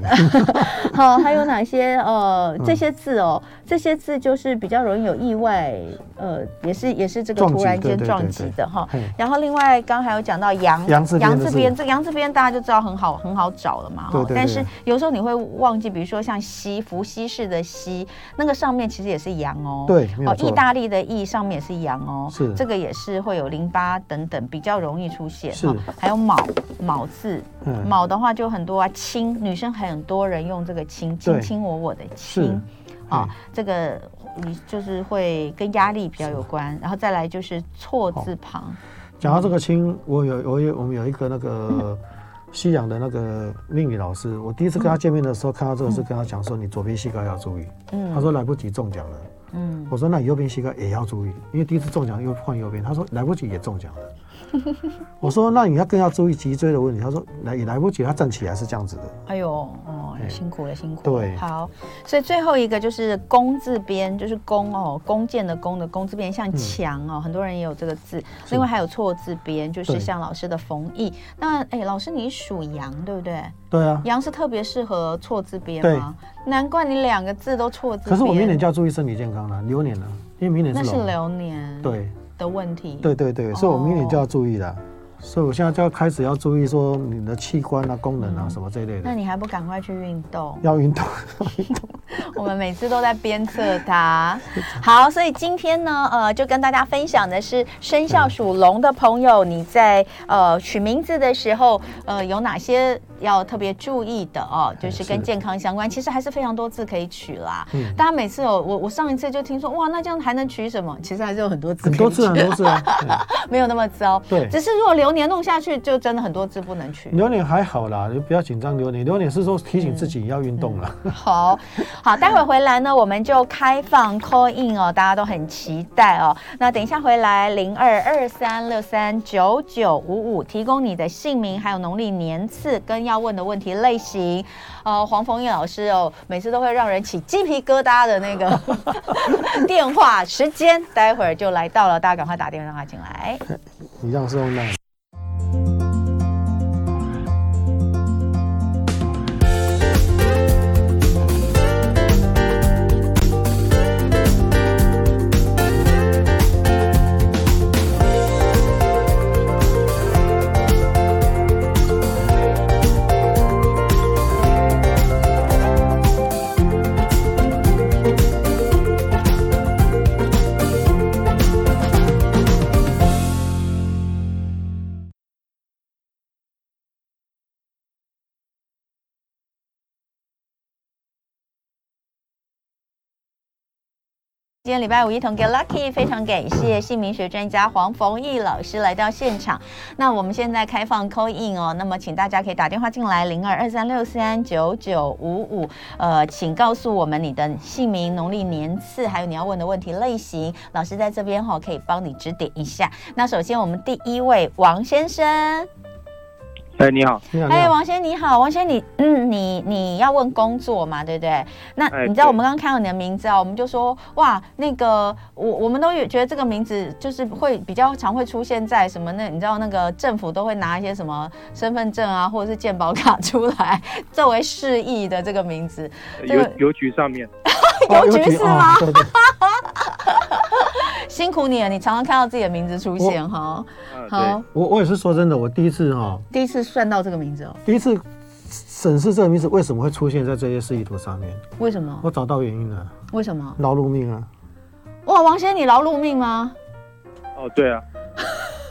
B: 好，还有哪些呃
C: 嗯
B: 这些字哦？这些字就是比较容易有意外，呃，也是也是这个
C: 撞击
B: 突然间
C: 对对
B: 撞
C: 对
B: 击
C: 对
B: 的哈
C: 嘿。
B: 然后另外刚还有讲到羊，
C: 羊字边的字
B: 边，这个羊字边大家就知道很好很好找了嘛
C: 对
B: 哈
C: 对。对
B: 但是有时候你会忘记，比如说像西福西式的西，那个上面其实也是羊哦。。
C: 对，没有
B: 哦，
C: 错，
B: 意大利的意上面也是羊哦，
C: 是
B: 这个也是会有淋巴等等比较容易出现
C: 是
B: 哈，还有卯卯字，
C: 嗯
B: 卯的话就很多啊，亲，女生很多人用这个亲，
C: 对
B: 卿卿我我的
C: 是嗯
B: 亲，啊，这个你就是会跟压力比较有关，然后再来就是错字旁，
C: 讲到这个亲，我有我有我们有一个那个西洋的那个命理老师，我第一次跟他见面的时候，看到这个是跟他讲说，你左边膝盖要注意。
B: 嗯
C: 他说来不及中奖了。
B: 嗯，
C: 我说那你右边膝盖也要注意，因为第一次中奖又换右边。他说来不及也中奖了。 我说那你要更要注意脊椎的问题。他说来也来不及，他站起来是这样子的。
B: 哎呦，哦，
C: 哎
B: 辛苦了，辛苦了。
C: 对
B: 好，所以最后一个就是弓字边，就是弓哦，弓箭的弓的弓字边，像墙哦，很多人也有这个字。另外还有错字边，就是
C: 嗯对
B: 像老师的冯毅。那哎，老师你属羊对不对？
C: 对啊，
B: 羊是特别适合错字边吗？难怪你两个字都错字边。
C: 可是我明年就要注意身体健康了，流年了，因为明年
B: 那
C: 是
B: 是
C: 龙。
B: 流年
C: 对
B: 的问题。
C: 对对对，所以我明年就
B: 哦
C: 要注意了。所以我现在就要开始要注意说
B: 嗯
C: 你的器官啊、功能啊什么这一类的
B: 那。你还不赶快去运动？
C: 要运动，运动，
B: 我们每次都在鞭策他。好，所以今天呢，呃，就跟大家分享的是生肖属龙的朋友，你在呃取名字的时候，呃，有哪些要特别注意的哦？就是跟
C: 哎是
B: 健康相关，其实还是非常多字可以取啦。
C: 嗯
B: 大家每次有我我上一次就听说，哇，那这样还能取什么？其实还是 有很多字可以取，
C: 很多字很多字啊。对
B: 没有那么糟。
C: 对
B: 只是如果流年弄下去，就真的很多字不能取。
C: 榴莲还好啦，你不要紧张。榴莲，榴莲是说提醒
B: 嗯
C: 自己要运动了。
B: 好好，待会回来呢，我们就开放 call in 哦，大家都很期待哦。那等一下回来，零二二三六三九九五五，提供你的姓名，还有农历年次跟要问的问题类型。呃，黄逢燕老师哦，每次都会让人起鸡皮疙瘩的那个 电话时间，待会儿就来到了，大家赶快打电话进来。
C: 你这样是用那。
B: 今天礼拜五一同给 lucky，非常感谢姓名学专家黄逢义老师来到现场。那我们现在开放 call in 哦，那么请大家可以打电话进来零二二三六三九九五五，呃，请告诉我们你的姓名、农历年次，还有你要问的问题类型。老师在这边哈、哦，可以帮你指点一下。那首先我们第一位王先生，
D: 哎，你好，
C: 你好，你
B: 哎，
C: 好。
B: 王先你好，王先你，嗯，你你要问工作嘛，对不对？那
D: 哎
B: 你知道
D: 对
B: 我们刚刚看到你的名字啊，我们就说哇，那个我我们都有觉得这个名字就是会比较常会出现在什么那你知道那个政府都会拿一些什么身份证啊或者是健保卡出来作为示意的这个名字，这个
D: 邮邮局上面，
C: 哦
B: 有局是吗？
C: 对对
B: 辛苦你了，你常常看到自己的名字出现哈。
D: 嗯，
B: 好
D: 对，，
C: 我我也是说真的，我第一次哈、
B: 第一次算到这个名字哦，
C: 第一次审视这个名字为什么会出现在这些示意图上面，
B: 为什么？
C: 我找到原因了，
B: 为什么？
C: 劳碌命啊，
B: 哇，王先你劳碌命吗？
D: 哦，对啊，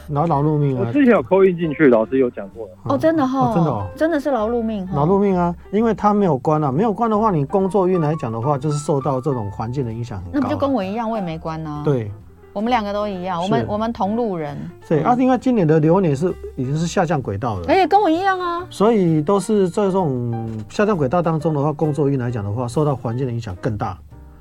C: 劳劳碌命
D: 我
C: 啊，
D: 之前有扣印进去，老师有讲过了，
B: 哦，真的哈、
C: 哦真的哦
B: 真的是劳碌命哈、
C: 劳碌命啊，因为它没有关啊，没有关的话，你工作运来讲的话，就是受到这种环境的影响很高、啊
B: 那不就跟我一样，我也没关呢、，
C: 对
B: 我们两个都一样，我们
C: 是
B: 我们同路人，嗯
C: 对啊，因为今年的流年是已经是下降轨道了。
B: 而且跟我一样啊。
C: 所以都是在这种下降轨道当中的话，工作运来讲的话，受到环境的影响更大、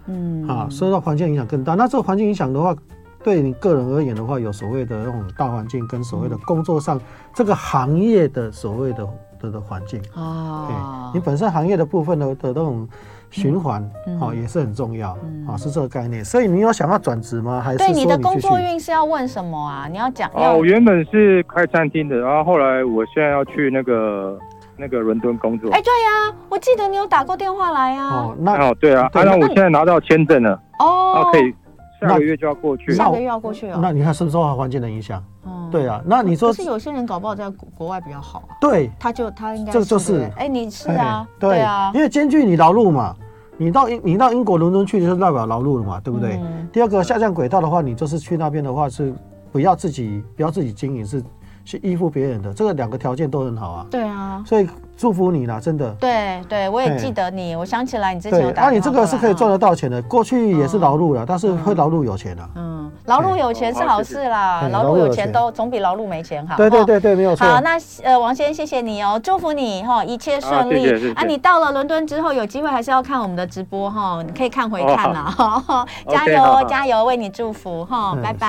B: 嗯
C: 啊，受到环境影响更大。那这个环境影响的话，对你个人而言的话，有所谓的那种大环境跟所谓的工作上、这个行业的所谓的的的环境，
B: 啊
C: 对，哎你本身行业的部分的的那种循环，
B: 嗯
C: 哦，也是很重要，哦，是这个概念。所以你有想要转职吗？还是
B: 对
C: 说
B: 你的工
C: 继续
B: 作运是要问什么啊？你要讲
D: 哦，
B: 要
D: 我原本是开餐厅的，然后后来我现在要去那个那个伦敦工作
B: 哎，，对呀、我记得你有打过电话来啊
C: 哦。，那
D: 哦，对啊，
C: 对
D: 啊，
B: 那
D: 那我
B: 你
D: 现在拿到签证了，
B: 哦
D: 然啊后可以
C: 那
D: 下个月就要过去，
B: 下个月要过去哦。
C: 那你看是不是受到环境的影响？
B: 哦
C: 对啊，那你说
B: 可是有些人搞不好在国国外比较好啊，
C: 对。
B: 他就他应该
C: 这个就是
B: 对不对哎，你是啊，
C: 对
B: 对啊，
C: 因为兼具你劳碌嘛，你到英你到英国伦敦去就是代表劳碌了嘛，对不对？
B: 嗯
C: 第二个下降轨道的话，你就是去那边的话是不要自己不要自己经营，是是依附别人的，这个两个条件都很好啊，
B: 对啊。
C: 所以祝福你啦，真的。
B: 对对，我也
C: 哎
B: 记得你，我想起来你之前有
C: 对，
B: 打电话过来。
C: 啊，你这个是可以
B: 嗯
C: 赚得到钱的，过去也是劳碌了，但是会劳碌有钱啊。
B: 嗯，劳碌有钱是好事啦，
C: 对
B: 劳
C: 劳
B: 碌
C: 碌
B: 有
C: 有
B: 钱
C: 钱
B: 都总比劳碌没钱好。
C: 对对
B: 哦。
C: 对对，没有错。
B: 好，那呃，王先，谢谢你哦，祝福你哈，一切顺
D: 啊谢谢谢
B: 利
D: 谢
B: 啊！你到了伦敦之后，有机会还是要看我们的直播哈，你可以看回看 啦，哈，
D: OK，
B: 加
D: 好
B: 油
D: 好
B: 加油，为你祝福哈，
C: 嗯
B: 拜
C: 是
B: 拜。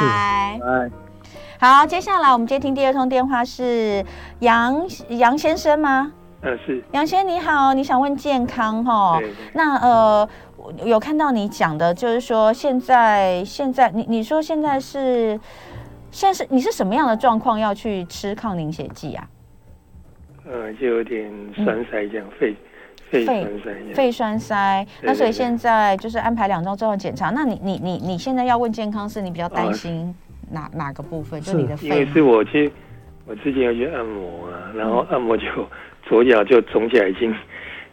D: 哎，
B: 好，接下来我们接听第二通电话是杨杨先生吗？
D: 呃，是，
B: 杨先生你好，你想问健康哈？
C: 哦
D: 对对
B: 那呃，我有看到你讲的，就是说现在现在你你说现在是现在是你是什么样的状况要去吃抗凝血剂啊？
E: 嗯，就有点栓塞这样，肺肺
B: 肺
E: 栓塞这样。
B: 肺栓塞，
E: 对
B: 那所以
E: 对对
B: 现在就是安排两周之后检查。那你你你你现在要问健康，是你比较担
E: 啊
B: 心哪、哪个部分？就是你的
E: 因为
B: 肺吗
E: 是我去，
C: 嗯
E: 我之前有去按摩啊，然后按摩就左脚就肿起来，已经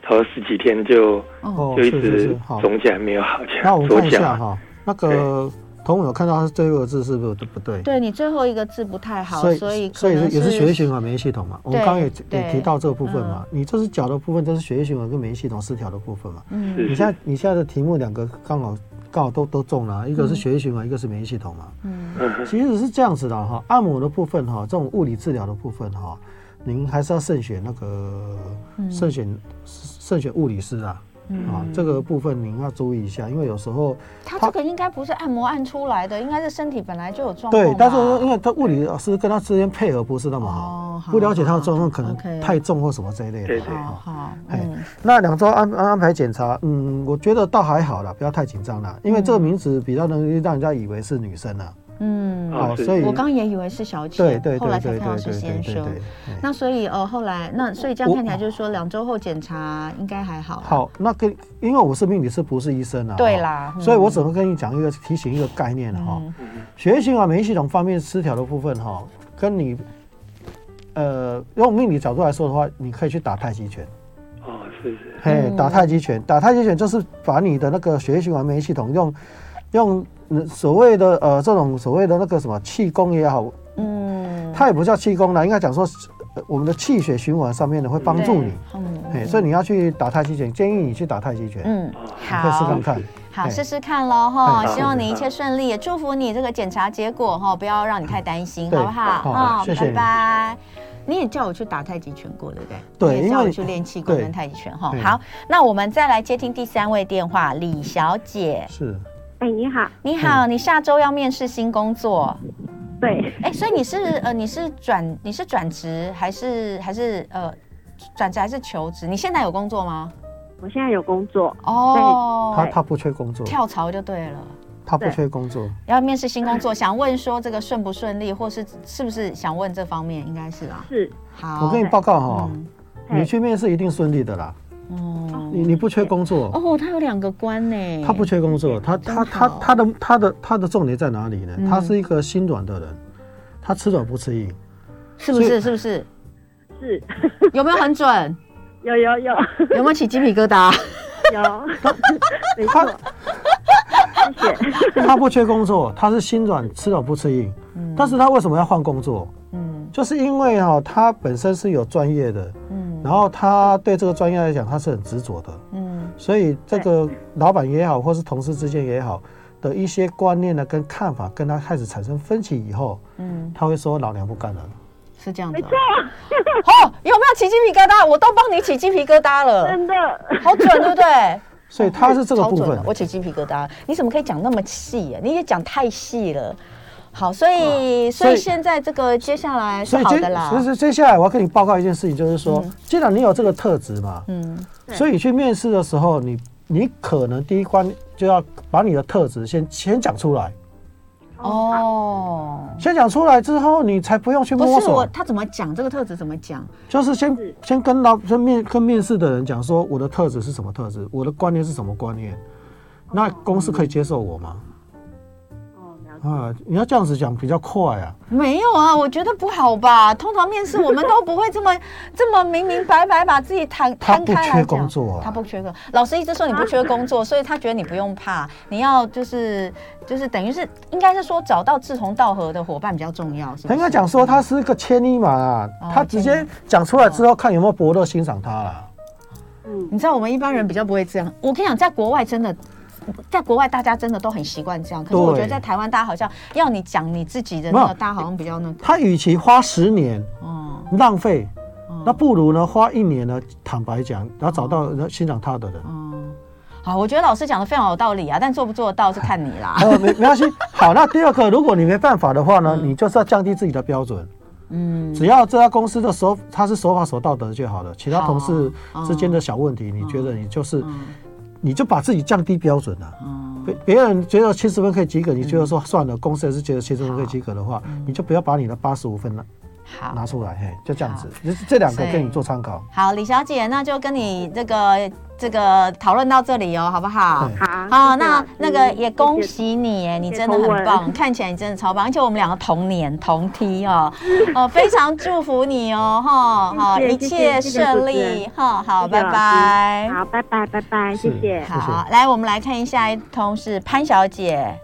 E: 头十几天就
B: 哦，
C: 哦，
E: 就一
C: 是是
E: 直
C: 是，好。
E: 肿起来没有好起
C: 那
E: 来
C: 我，们
E: 左
C: 看一
E: 脚
C: 下哈，那个同有看到它最后一个字是不是不对？
B: 对你最后一个字不太好，所以可
C: 所以
B: 能
C: 也是血液循环、免疫系统嘛。我们刚刚也也提到这个部分嘛。你这是脚的部分，这是血液循环跟免疫系统失调的部分嘛。
B: 嗯
E: 是
C: 你现在你现在的题目两个刚好刚好都都中了啊，一个是血液循环，一个是免疫系统嘛。
B: 嗯
E: 嗯
C: 其实是这样子的哈，按摩的部分哈，这种物理治疗的部分哈，您还是要慎选那个
B: 嗯
C: 慎选慎选物理师啊。啊，这个部分您要注意一下，因为有时候
B: 他这个应该不是按摩按出来的，应该是身体本来就有状况吧。
C: 对，但是因为他物理老师跟他之间配合不是那么
B: 哦
C: 好，
B: 好
C: 不了解他的
B: 好
C: 状况，
B: 好
C: 可能
B: OK
C: 太重或什么这一类
E: 对
C: 的。
E: 对
B: 好
C: 哈
B: 哦好，
C: 哎
B: 嗯，
C: 那两周安安安排检查，嗯，我觉得倒还好啦，不要太紧张啦，因为这个名字比较容易让人家以为是女生啊。
B: 嗯，
E: 哦
C: 哦，
E: 是
C: 所以
B: 我刚也以为是小姐，
C: 对对
B: 后
C: 对
B: 来才
C: 对对
B: 看到
C: 对
B: 是
C: 对
B: 先
C: 对
B: 生。
C: 对。
B: 那所以呃，后来那所以这样看起来就是说，两周后检查应该还好。，
C: 好，那跟因为我是命理师，不是医生啊。
B: 对
C: 哈
B: 啦嗯
C: 所以我只能跟你讲一个提醒一个概念了哈。
E: 嗯
C: 血液循环、免疫系统方面失调的部分哈，跟你呃用命理角度来说的话，你可以去打太极拳。
E: 哦，是是，
C: 嘿，
B: 嗯
C: 打太极拳，打太极拳就是把你的那个血液循环免疫系统用用嗯所谓的呃这种所谓的那个什么气功也好，
B: 嗯，
C: 它也不叫气功啦，应该讲说、呃我们的气血循环上面的会帮助你
B: 对。，嗯，
C: 嘿，所以你要去打太极拳，建议你去打太极拳，
B: 嗯
E: 哦，
C: 你可以试
B: 好
C: 看。看。
B: 好，
C: 嘿
B: 试试看喽哈！
E: 好
B: 希望你一切顺利，也祝福你这个检查结果哈，不要让你太担心，
C: 对
B: 好不好？
C: 好
B: 啊
C: 谢谢
B: 拜
C: 你
B: 拜。你也叫我去打太极拳过，对不对？
C: 对
B: 你也叫
C: 因
B: 我
C: 为
B: 去练气功
C: 对
B: 跟太极拳哈。
C: 对
B: 好，那我们再来接听第三位电话，李小姐，
C: 是，
F: 哎，你好，
B: 你好，
C: 嗯
B: 你下周要面试新工作，
F: 对，
B: 哎，所以你是呃，你是转你是转职还是还是呃转职还是求职？你现在有工作吗？
F: 我现在有工作，
C: 他
B: 哦，
C: 他不缺工作，
B: 跳槽就对哦了。
C: 他不
F: 对
C: 缺工作。
B: 要面试新工作，想问说这个顺不顺利，或是是不是想问这方面，应该是啊。
F: 是，
B: 好，
C: 我跟你哦报告哈，
B: 嗯
F: 嘿
C: 你去面试一定顺利的啦，
B: 嗯
C: 哦你你不缺工作。
B: 哦，他有两个关呢，
C: 他不缺工作，他他他
B: 好
C: 他的他的他的重点在哪里呢？
B: 嗯
C: 他是一个心软的人，他吃软不吃硬。
B: 是不是？是不是？
F: 是，
B: 有没有很准？
F: 有有有
B: 有没有起鸡皮疙瘩？
F: 有，没
C: 他
F: 错，谢谢。
C: 他不缺工作，他是心软，吃软不吃硬。
B: 嗯
C: 但是他为什么要换工作？
B: 嗯
C: 就是因为哈、他本身是有专业的，
B: 嗯
C: 然后他对这个专业来讲，他是很执着的。
B: 嗯
C: 所以这个老板也好，或是同事之间也好的一些观念呢，跟看法，跟他开始产生分歧以后，
B: 嗯，
C: 他会说老娘不干了。
B: 是这样的。哦，有没有起鸡皮疙瘩？我都帮你起鸡皮疙瘩了，
F: 真的，
B: 好准，对不对？
C: 所以他是这个
B: 超
C: 部
B: 准
C: 分
B: 的，。我起鸡皮疙瘩。你怎么可以讲那么细啊呀、你也讲太细了。好，所以所
C: 所
B: 以
C: 以
B: 现在这个接下来是
C: 所以
B: 好
C: 接
B: 的啦
C: 所。以所以接下来我要跟你报告一件事情，就是说，既然你有这个特质嘛，
B: 嗯
F: 对
C: 所以去面试的时候，你你可能第一关就要把你的特质先先讲出来，
B: 哦，
C: 先讲出来之后，你才不用去摸
B: 不是我
C: 索，
B: 他怎么讲这个特质怎么讲？
C: 就是先
F: 是
C: 先跟老先面跟面试的人讲说，我的特质是什么特质，我的观念是什么观念，那公司可以接受我吗？
F: 哦，了解，
C: 啊，你要这样子讲比较快啊。
B: 没有啊，我觉得不好吧。通常面试我们都不会这么这么明明白白把自己摊
C: 他
B: 摊
C: 不
B: 开来
C: 缺
B: 讲
C: 工作啊
B: 他不缺工，老师一直说你不缺工作，所以他觉得你不用怕，你要就是就是等于是应该是说找到志同道合的伙伴比较重要，是不
C: 他
B: 是
C: 应该讲说他是个千里马啊
B: 哦，
C: 他直
B: 千
C: 接讲出来之后，看有没有伯乐欣赏他啦。
F: 嗯，
B: 你知道我们一般人比较不会这样。我跟你讲，在国外真的，在国外大家真的都很习惯这样。可是
C: 对
B: 我觉得在台湾，大家好像要你讲你自己的
C: 没
B: 那
C: 有
B: 个，大家好像比较那个，
C: 他与其花十年
B: 嗯，
C: 浪费，
B: 嗯
C: 那不如呢花一年呢，坦白讲，然后找到人欣赏他的人。
B: 嗯。好，我觉得老师讲的非常有道理啊，但做不做得到是看你啦。
C: 呃，没没关系。好，那第二个，如果你没办法的话呢，你就是要降低自己的标准。
B: 嗯，
C: 只要这家公司的守，他是守法守道德就好了。其他
B: 好
C: 同事
B: 嗯
C: 之间的小问题，你觉得你就是，
B: 嗯
C: 你就把自己降低标准了。
B: 嗯
C: 别别人觉得七十分可以及格，你觉得说算了，公司也是觉得七十分可以及格的话，你就不要把你的八十五分拿
B: 嗯好，
C: 拿出来，嘿，就这样子。这这两个
B: 所以
C: 给你做参考。
B: 好，李小姐，那就跟你这个这个讨论到这里哦，好不好
C: 对？
F: 好
B: 好，
F: 谢谢老
B: 那
F: 师
B: 那个也恭喜你耶，你
F: 谢谢
B: 真的很
F: 同
B: 棒，
F: 文
B: 看起来你真的超棒，而且我们两个同年同梯哦，哦，非常祝福你哦，哈，好，
F: 谢谢
B: 一切
F: 谢谢谢谢
B: 顺
F: 主持
B: 利
F: 人，
B: 哈，好，
F: 谢谢
B: 哦拜
F: 老师
B: 拜。
F: 好，拜拜，拜拜，谢
C: 是
F: 谢。
C: 谢
B: 好，来，我们来看一下一通是潘小姐，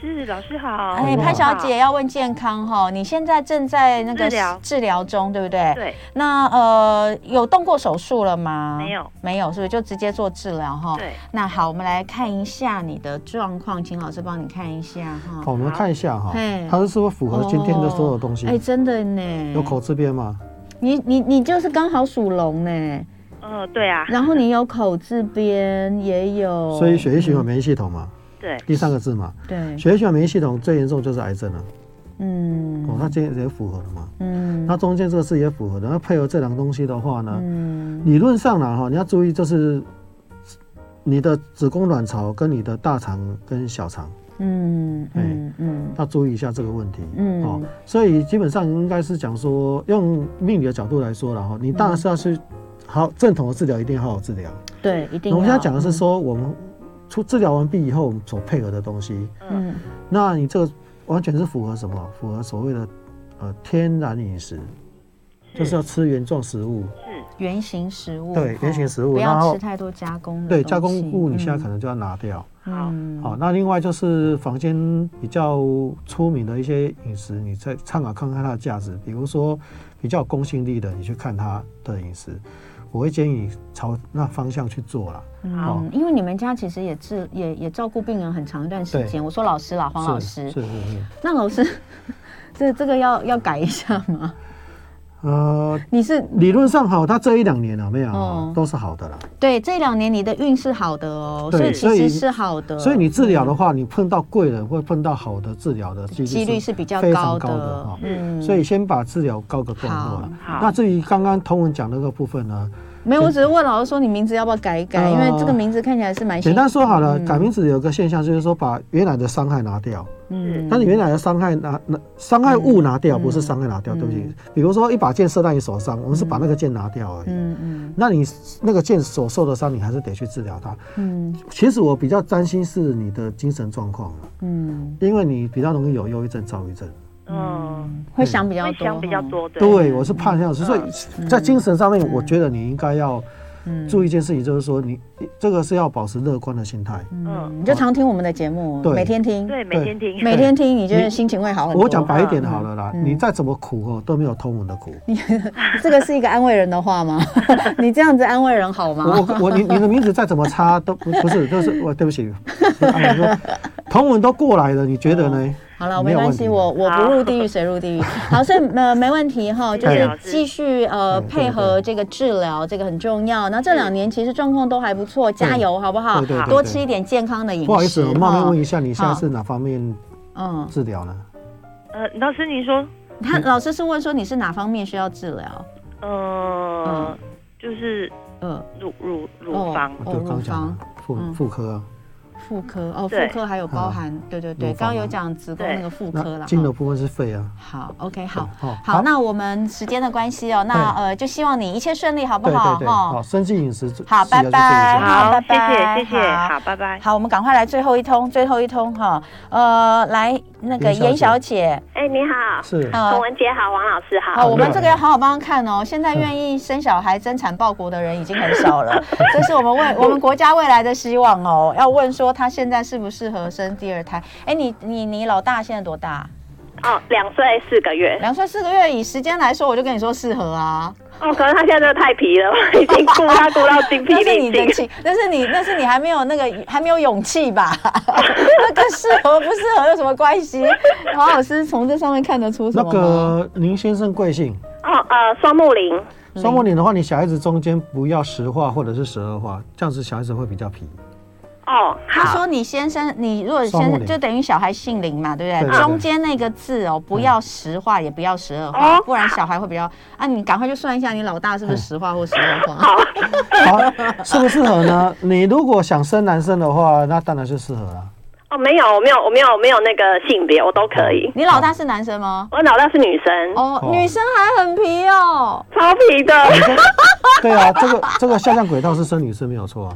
G: 是老师好，
B: 哎，
C: 你好
B: 潘小姐要问健康哈，你现在正在那个
G: 治疗
B: 治疗中，对不对？
G: 对，
B: 那呃，有动过手术了吗？
G: 没有，
B: 没有，是不是就直接做治疗哈？
G: 对。
B: 那好，我们来看一下你的状况，请老师帮你看一下
C: 好，
B: 哈。
C: 我们看一下哈
B: 嘿，
C: 它是不是哦符合今天的所有东西
B: 哎、？真的呢。
C: 有口字边吗？
B: 你你你就是刚好属龙呢，
G: 嗯、对啊，
B: 然后你有口字边，也有，
C: 所以血液循环免疫系统嘛，
B: 嗯
G: 对，
C: 第三个字嘛，
B: 对，
C: 血液循环免疫系统最严重就是癌症了。
B: 嗯
C: 哦，那这也符合了嘛？
B: 嗯
C: 那中间这个是也符合的。那配合这两个东西的话呢，
B: 嗯
C: 理论上呢，哈，你要注意就是你的子宫卵巢跟你的大肠跟小肠
B: 嗯
C: 哎
B: 嗯嗯
C: 要注意一下这个问题。
B: 嗯
C: 哦，所以基本上应该是讲说，用命理的角度来说了哈，你当然是要去好正统的治疗，一定要好好治疗。
B: 对，嗯一定
C: 那
B: 要。
C: 我们现在讲的是说，我们出治疗完毕以后，我们所配合的东西，
B: 嗯，
C: 那你这个完全是符合什么？符合所谓的呃天然饮食，就
B: 嗯
C: 是要吃原状食物。
G: 是
B: 原型食物，
C: 对
B: 哦
C: 原型食物
B: 不
C: 然
B: 要
C: 后
B: 吃太多加工的东
C: 对，
B: 西。嗯
C: 加工物你现在可
B: 能
C: 能就要拿掉。
G: 好
C: 好，那另外就是房间比较出名的一些饮食，你再参考看看它的价值。比如说比较有公信力的，你去看它的饮食，我会建议你朝那方向去做啦。好
B: 嗯，因为你们家其实也治也也照顾病人很长一段时间。
C: 对
B: 我说老师啦，黄老师，
C: 是是是是，
B: 那老师，这这个要要改一下吗？
C: 呃，
B: 你是
C: 理论上好，它这一两年啊，没有啊
B: 嗯
C: 都是好的啦。
B: 对这两年你的运是好的哦，
C: 对
B: 所以其
C: 所
B: 实
C: 以
B: 是好的，
C: 所以你治疗的话，你碰到贵人或碰到好的治疗的几率
B: 几率是比较
C: 非
B: 高的，
C: 常高的哦哈。
B: 嗯
C: 所以先把治疗告个段落了。
G: 好
C: 那至于刚刚同文讲的那个部分呢，
B: 没有，我只是问老师说你名字要不要改一改，
C: 呃
B: 因为这个名字看起来是蛮
C: 简单说好了，
B: 嗯
C: 改名字有个现象就是说把原来的伤害拿掉，
B: 嗯
C: 但你原来的伤害拿拿伤害物拿掉，不是伤害拿掉，
B: 嗯
C: 对不起。比如说一把剑射在你手上，我们是把那个剑拿掉而已。
B: 嗯嗯
C: 那你那个剑所受的伤，你还是得去治疗它。
B: 嗯
C: 其实我比较担心是你的精神状况了，
B: 嗯
C: 因为你比较容易有忧郁症、躁郁症。
G: 嗯，
B: 会想比较
G: 会
B: 多，
G: 想比较，多，对，
C: 对，我是怕这样子，所以在精神上面，我觉得你应该要
B: 嗯
C: 注意一件事情，就是说你这个是要保持乐观的心态。
B: 嗯，
G: 嗯，
B: 你就常听我们的节目，
C: 对
B: 每天听，
G: 对，每天听，
B: 每天听，你觉得
C: 你
B: 心情会好很多。
C: 我讲白一点好了啦，
B: 嗯
C: 你再怎么苦哦，都没有通文的苦。
B: 这个是一个安慰人的话吗？ 你这样子安慰人好吗？
C: 我我我你你的名字再怎么差都不不是，就是我对不起， 啊你说同文都过来了，你觉得呢？
B: 好了，
C: 没
B: 没
C: 有
B: 关
C: 问
B: 系，
C: 题啊
B: 我我不入地狱，谁入地狱？ 好，所以呃没问题哈，
G: 谢
B: 就
G: 哎谢
B: 是
G: 老师
B: 继续呃
C: 嗯对
B: 配合这个治疗，这个很重要。那这
G: 嗯
B: 两年其实状况都还不错，加油好不嗯好
C: 嗯对对？对
B: 多
C: 对
B: 吃一点健康的饮食。
C: 不好意思，我冒昧
B: 哈
C: 问一下，你现在是哪方面
B: 嗯，
C: 治疗呢？
G: 呃，老师您说，
C: 嗯
B: 他老师是问说你是哪方面需要治疗？
G: 呃，就是
B: 呃，
G: 乳乳
B: 嗯哦
G: 乳房，
C: 我就刚讲了妇
B: 嗯
C: 妇科啊，
B: 妇科哦，妇
G: 对
B: 科还有包含，对对对，
C: 乳
B: 刚
C: 房啊
B: 刚有讲子宫
G: 对
B: 那个妇科
C: 那
B: 了。
C: 金
B: 哈
C: 的部分是肺啊。
B: 好，OK，好，
C: 好
B: 好，
C: 好
B: 那我们时间的关系哦，那
C: 对
B: 呃，就希望你一切顺利，好不
C: 对
B: 好？
C: 对对，
B: 哈
C: 好，生计饮食治
B: 好
C: 治疗就这
B: 拜
C: 一些
B: 拜
G: 好，
B: 拜
G: 谢
B: 拜
G: 谢谢谢，
B: 好
G: 好，拜拜。
B: 好，我们赶快来最后一通，最后一通哈，呃，来那个严
C: 严
B: 小
C: 小
B: 姐，
F: 哎，你好，
C: 是。
F: 洪
B: 呃，
F: 文杰好，王老师好。
B: 好，我们
C: 对
B: 这个要好好帮她看哦。现在愿意生小孩、增产报国的人已经很少 了，这是我们未我们国家未来的希望哦。要问说她现在适不适合生第二胎？哎，你你你老大现在多大？
F: 哦，两岁四个月。
B: 两岁四个月，以时间来说，我就跟你说适合啊。
F: 哦，可是他现在真的太皮了， 我已经顾他顾到 精疲
B: 那是你
F: 力
B: 的
F: 尽。
B: 情，但是你那是你还没有那个还没有勇气吧？ 那跟适合不适合有什么关系？王老师从这上面看得出什
C: 那
B: 么吗？
C: 个林先生贵姓？
F: 哦，呃，双木林。
B: 嗯
C: 双木林的话，你小孩子中间不要十话或者是十二话，这样子小孩子会比较皮。
F: 哦，
B: 他
F: 好。
B: 说：“你先生，你如果先
C: 双木
B: 生
C: 林
B: 就等于小孩姓林嘛，对不对？
C: 对对对
B: 中间那个字哦，不要十画，也不要十二画，
F: 哦
B: 不然小孩会比较啊。你赶快就算一下，你老大是不是十画或十二画？
F: 好，
C: 好，适不适合呢？你如果想生男生的话，那当然是适合啊了。
F: 哦，没有，我没有，我没有，我没有那个性别，我都可以。
B: 你老大是男生吗？嗯
F: 我老大是女生，
B: 哦，
C: 哦
B: 女生还很皮哦。
F: 超皮的。
C: 对啊，这个这个下降轨道是生女生没有错啊，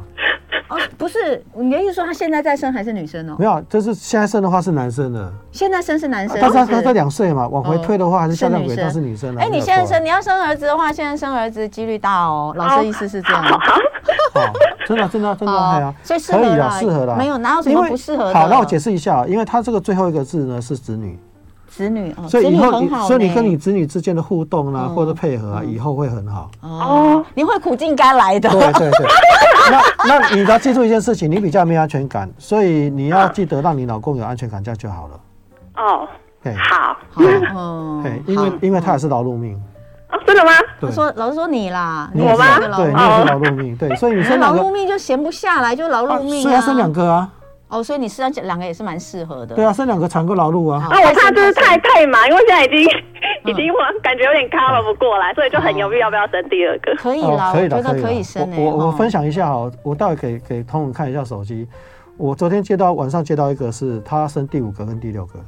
B: 哦，不是，你的意思说他现在在生还是女生哦？
C: 没有啊，这是现在生的话是男生的，
B: 现在生是男生，
C: 但是他
B: 是不
C: 他
B: 是
C: 他两岁嘛，往回推的话还是下降轨道
B: 是
C: 是女生的。
B: 哎，
C: 没
B: 你
C: 有
B: 现在
C: 错啊
B: 生，你要生儿子的话，现在生儿子几率大哦。老师意思是这样。
C: 好，真的啊真的啊真的啊，哎呀，
B: 哦所以适合
C: 可以啦，
B: 啦
C: 适合啦，
B: 没有哪有什么
C: 因为
B: 不适合的
C: 好，那我解释一下啊，因为它这个最后一个字呢是子女，
B: 子女哦，
C: 所以以
B: 子
C: 后
B: 女很
C: 你
B: 好呢
C: 所以你跟你子女之间的互动啊，
B: 嗯
C: 或者配合啊，以后会很好。
B: 哦，你会苦尽甘来的。
C: 对对对， 那那你要记住一件事情，你比较没有安全感，所以你要记得让你老公有安全感，这样就好了。
F: 哦，
C: 嘿，
F: 好
B: 嗯
C: 嘿，因为因为他也是劳碌命，
F: 哦，真的吗？
C: 对
B: 他，说老师说你啦，
C: 你
B: 也
C: 也
B: 是
C: 是啊
F: 吗
B: 一个劳
C: 对，你
B: 碌
C: 也是劳碌命，对，所以你生
B: 劳
C: 两个
B: 碌，命就闲不下来，就劳
C: 啊
B: 碌命
C: 所以
B: 啊。
C: 要生两个啊，
B: 哦，所以你实际上两个也是蛮适合的。
C: 对啊，生两个产过劳碌啊。
B: 哦
F: 那我怕就是太太忙，因为现在已经已
B: 嗯
F: 经我感觉有点 cover 不过来，所以就很犹豫要不要生第二个。
B: 可以
C: 哦，
B: 啦，我觉得可以
C: 啦
B: 生诶。
C: 我我我
B: 哦
C: 分享一下哈，我待会给给同仁看一下手机。我昨天接到晚上接到一个是他生第五个跟第六 个，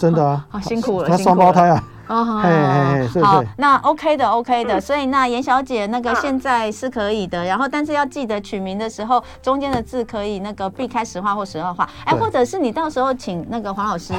C: 真的啊，
B: 好辛苦了
C: 他
B: 辛苦
C: 双胞
B: 了
C: 胎啊，
B: 哦，
C: 嘿嘿嘿是嗯啊
B: 好
C: 是，
B: 那 OK 的，OK 的。所以那严小姐那个现在是可以的，然后但是要记得取名的时候，中间的字可以那个避开实话或实二话，哎，
C: 对
B: 或者是你到时候请那个黄老师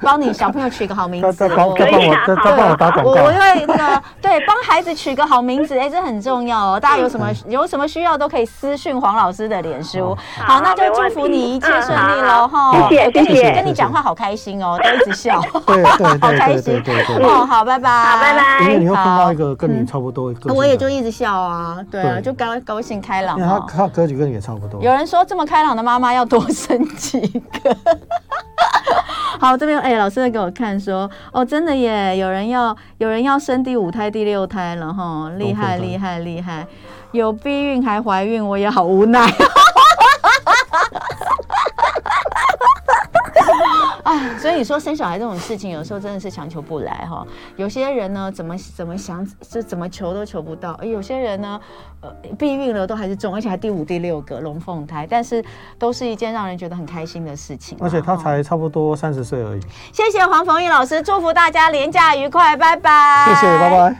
B: 帮你小朋友取个好名
C: 他
B: 字
C: 他帮
B: 哦。
C: 他帮
F: 可以
C: 我
F: 啊
C: 他他帮我打广
B: 我我
C: 告，
B: 会那个对帮孩子取个好名字，哎，这很重要哦。大家有什么
C: 嗯
B: 有什么需要都可以私讯黄老师的脸
C: 哦
B: 书。好，那就祝福你一切顺利喽
F: 嗯好
B: 哈！
F: 谢谢
B: 我跟你
F: 谢谢
B: 跟你讲话好开心哦，都一直 笑，
C: 对对
B: 好
C: 对
B: 开
C: 对
B: 心
C: 对对对，
B: 哦。好，拜拜，
F: 嗯好，拜
C: 因为
F: 拜。
C: 你会碰到一个跟你差不多，个性
B: 我也就
C: 的，
B: 一直笑啊，对啊，
C: 对
B: 就高高兴开朗
C: 因为他
B: 啊。
C: 他格局跟你也差不多，
B: 有人说这么开朗的妈妈要多生几 个。好，这边哎、老师在给我看说，哦，真的耶，有人要有人要生第五胎、第六胎了哈，厉害
C: 哦对
B: 厉害厉害，有避孕还怀孕，我也好无奈。 哎，所以你说生小孩这种事情，有时候真的是强求不来哈。有些人呢，怎么怎么想，就怎么求都求不到；而有些人呢，呃，避孕了都还是中，而且还第五、第六个龙凤胎，但是都是一件让人觉得很开心的事情啊。
C: 而且他
B: 哈
C: 才差不多三十岁而已，
B: 谢谢黄逢宇老师，祝福大家廉假愉快，拜拜。
C: 谢谢，拜。拜。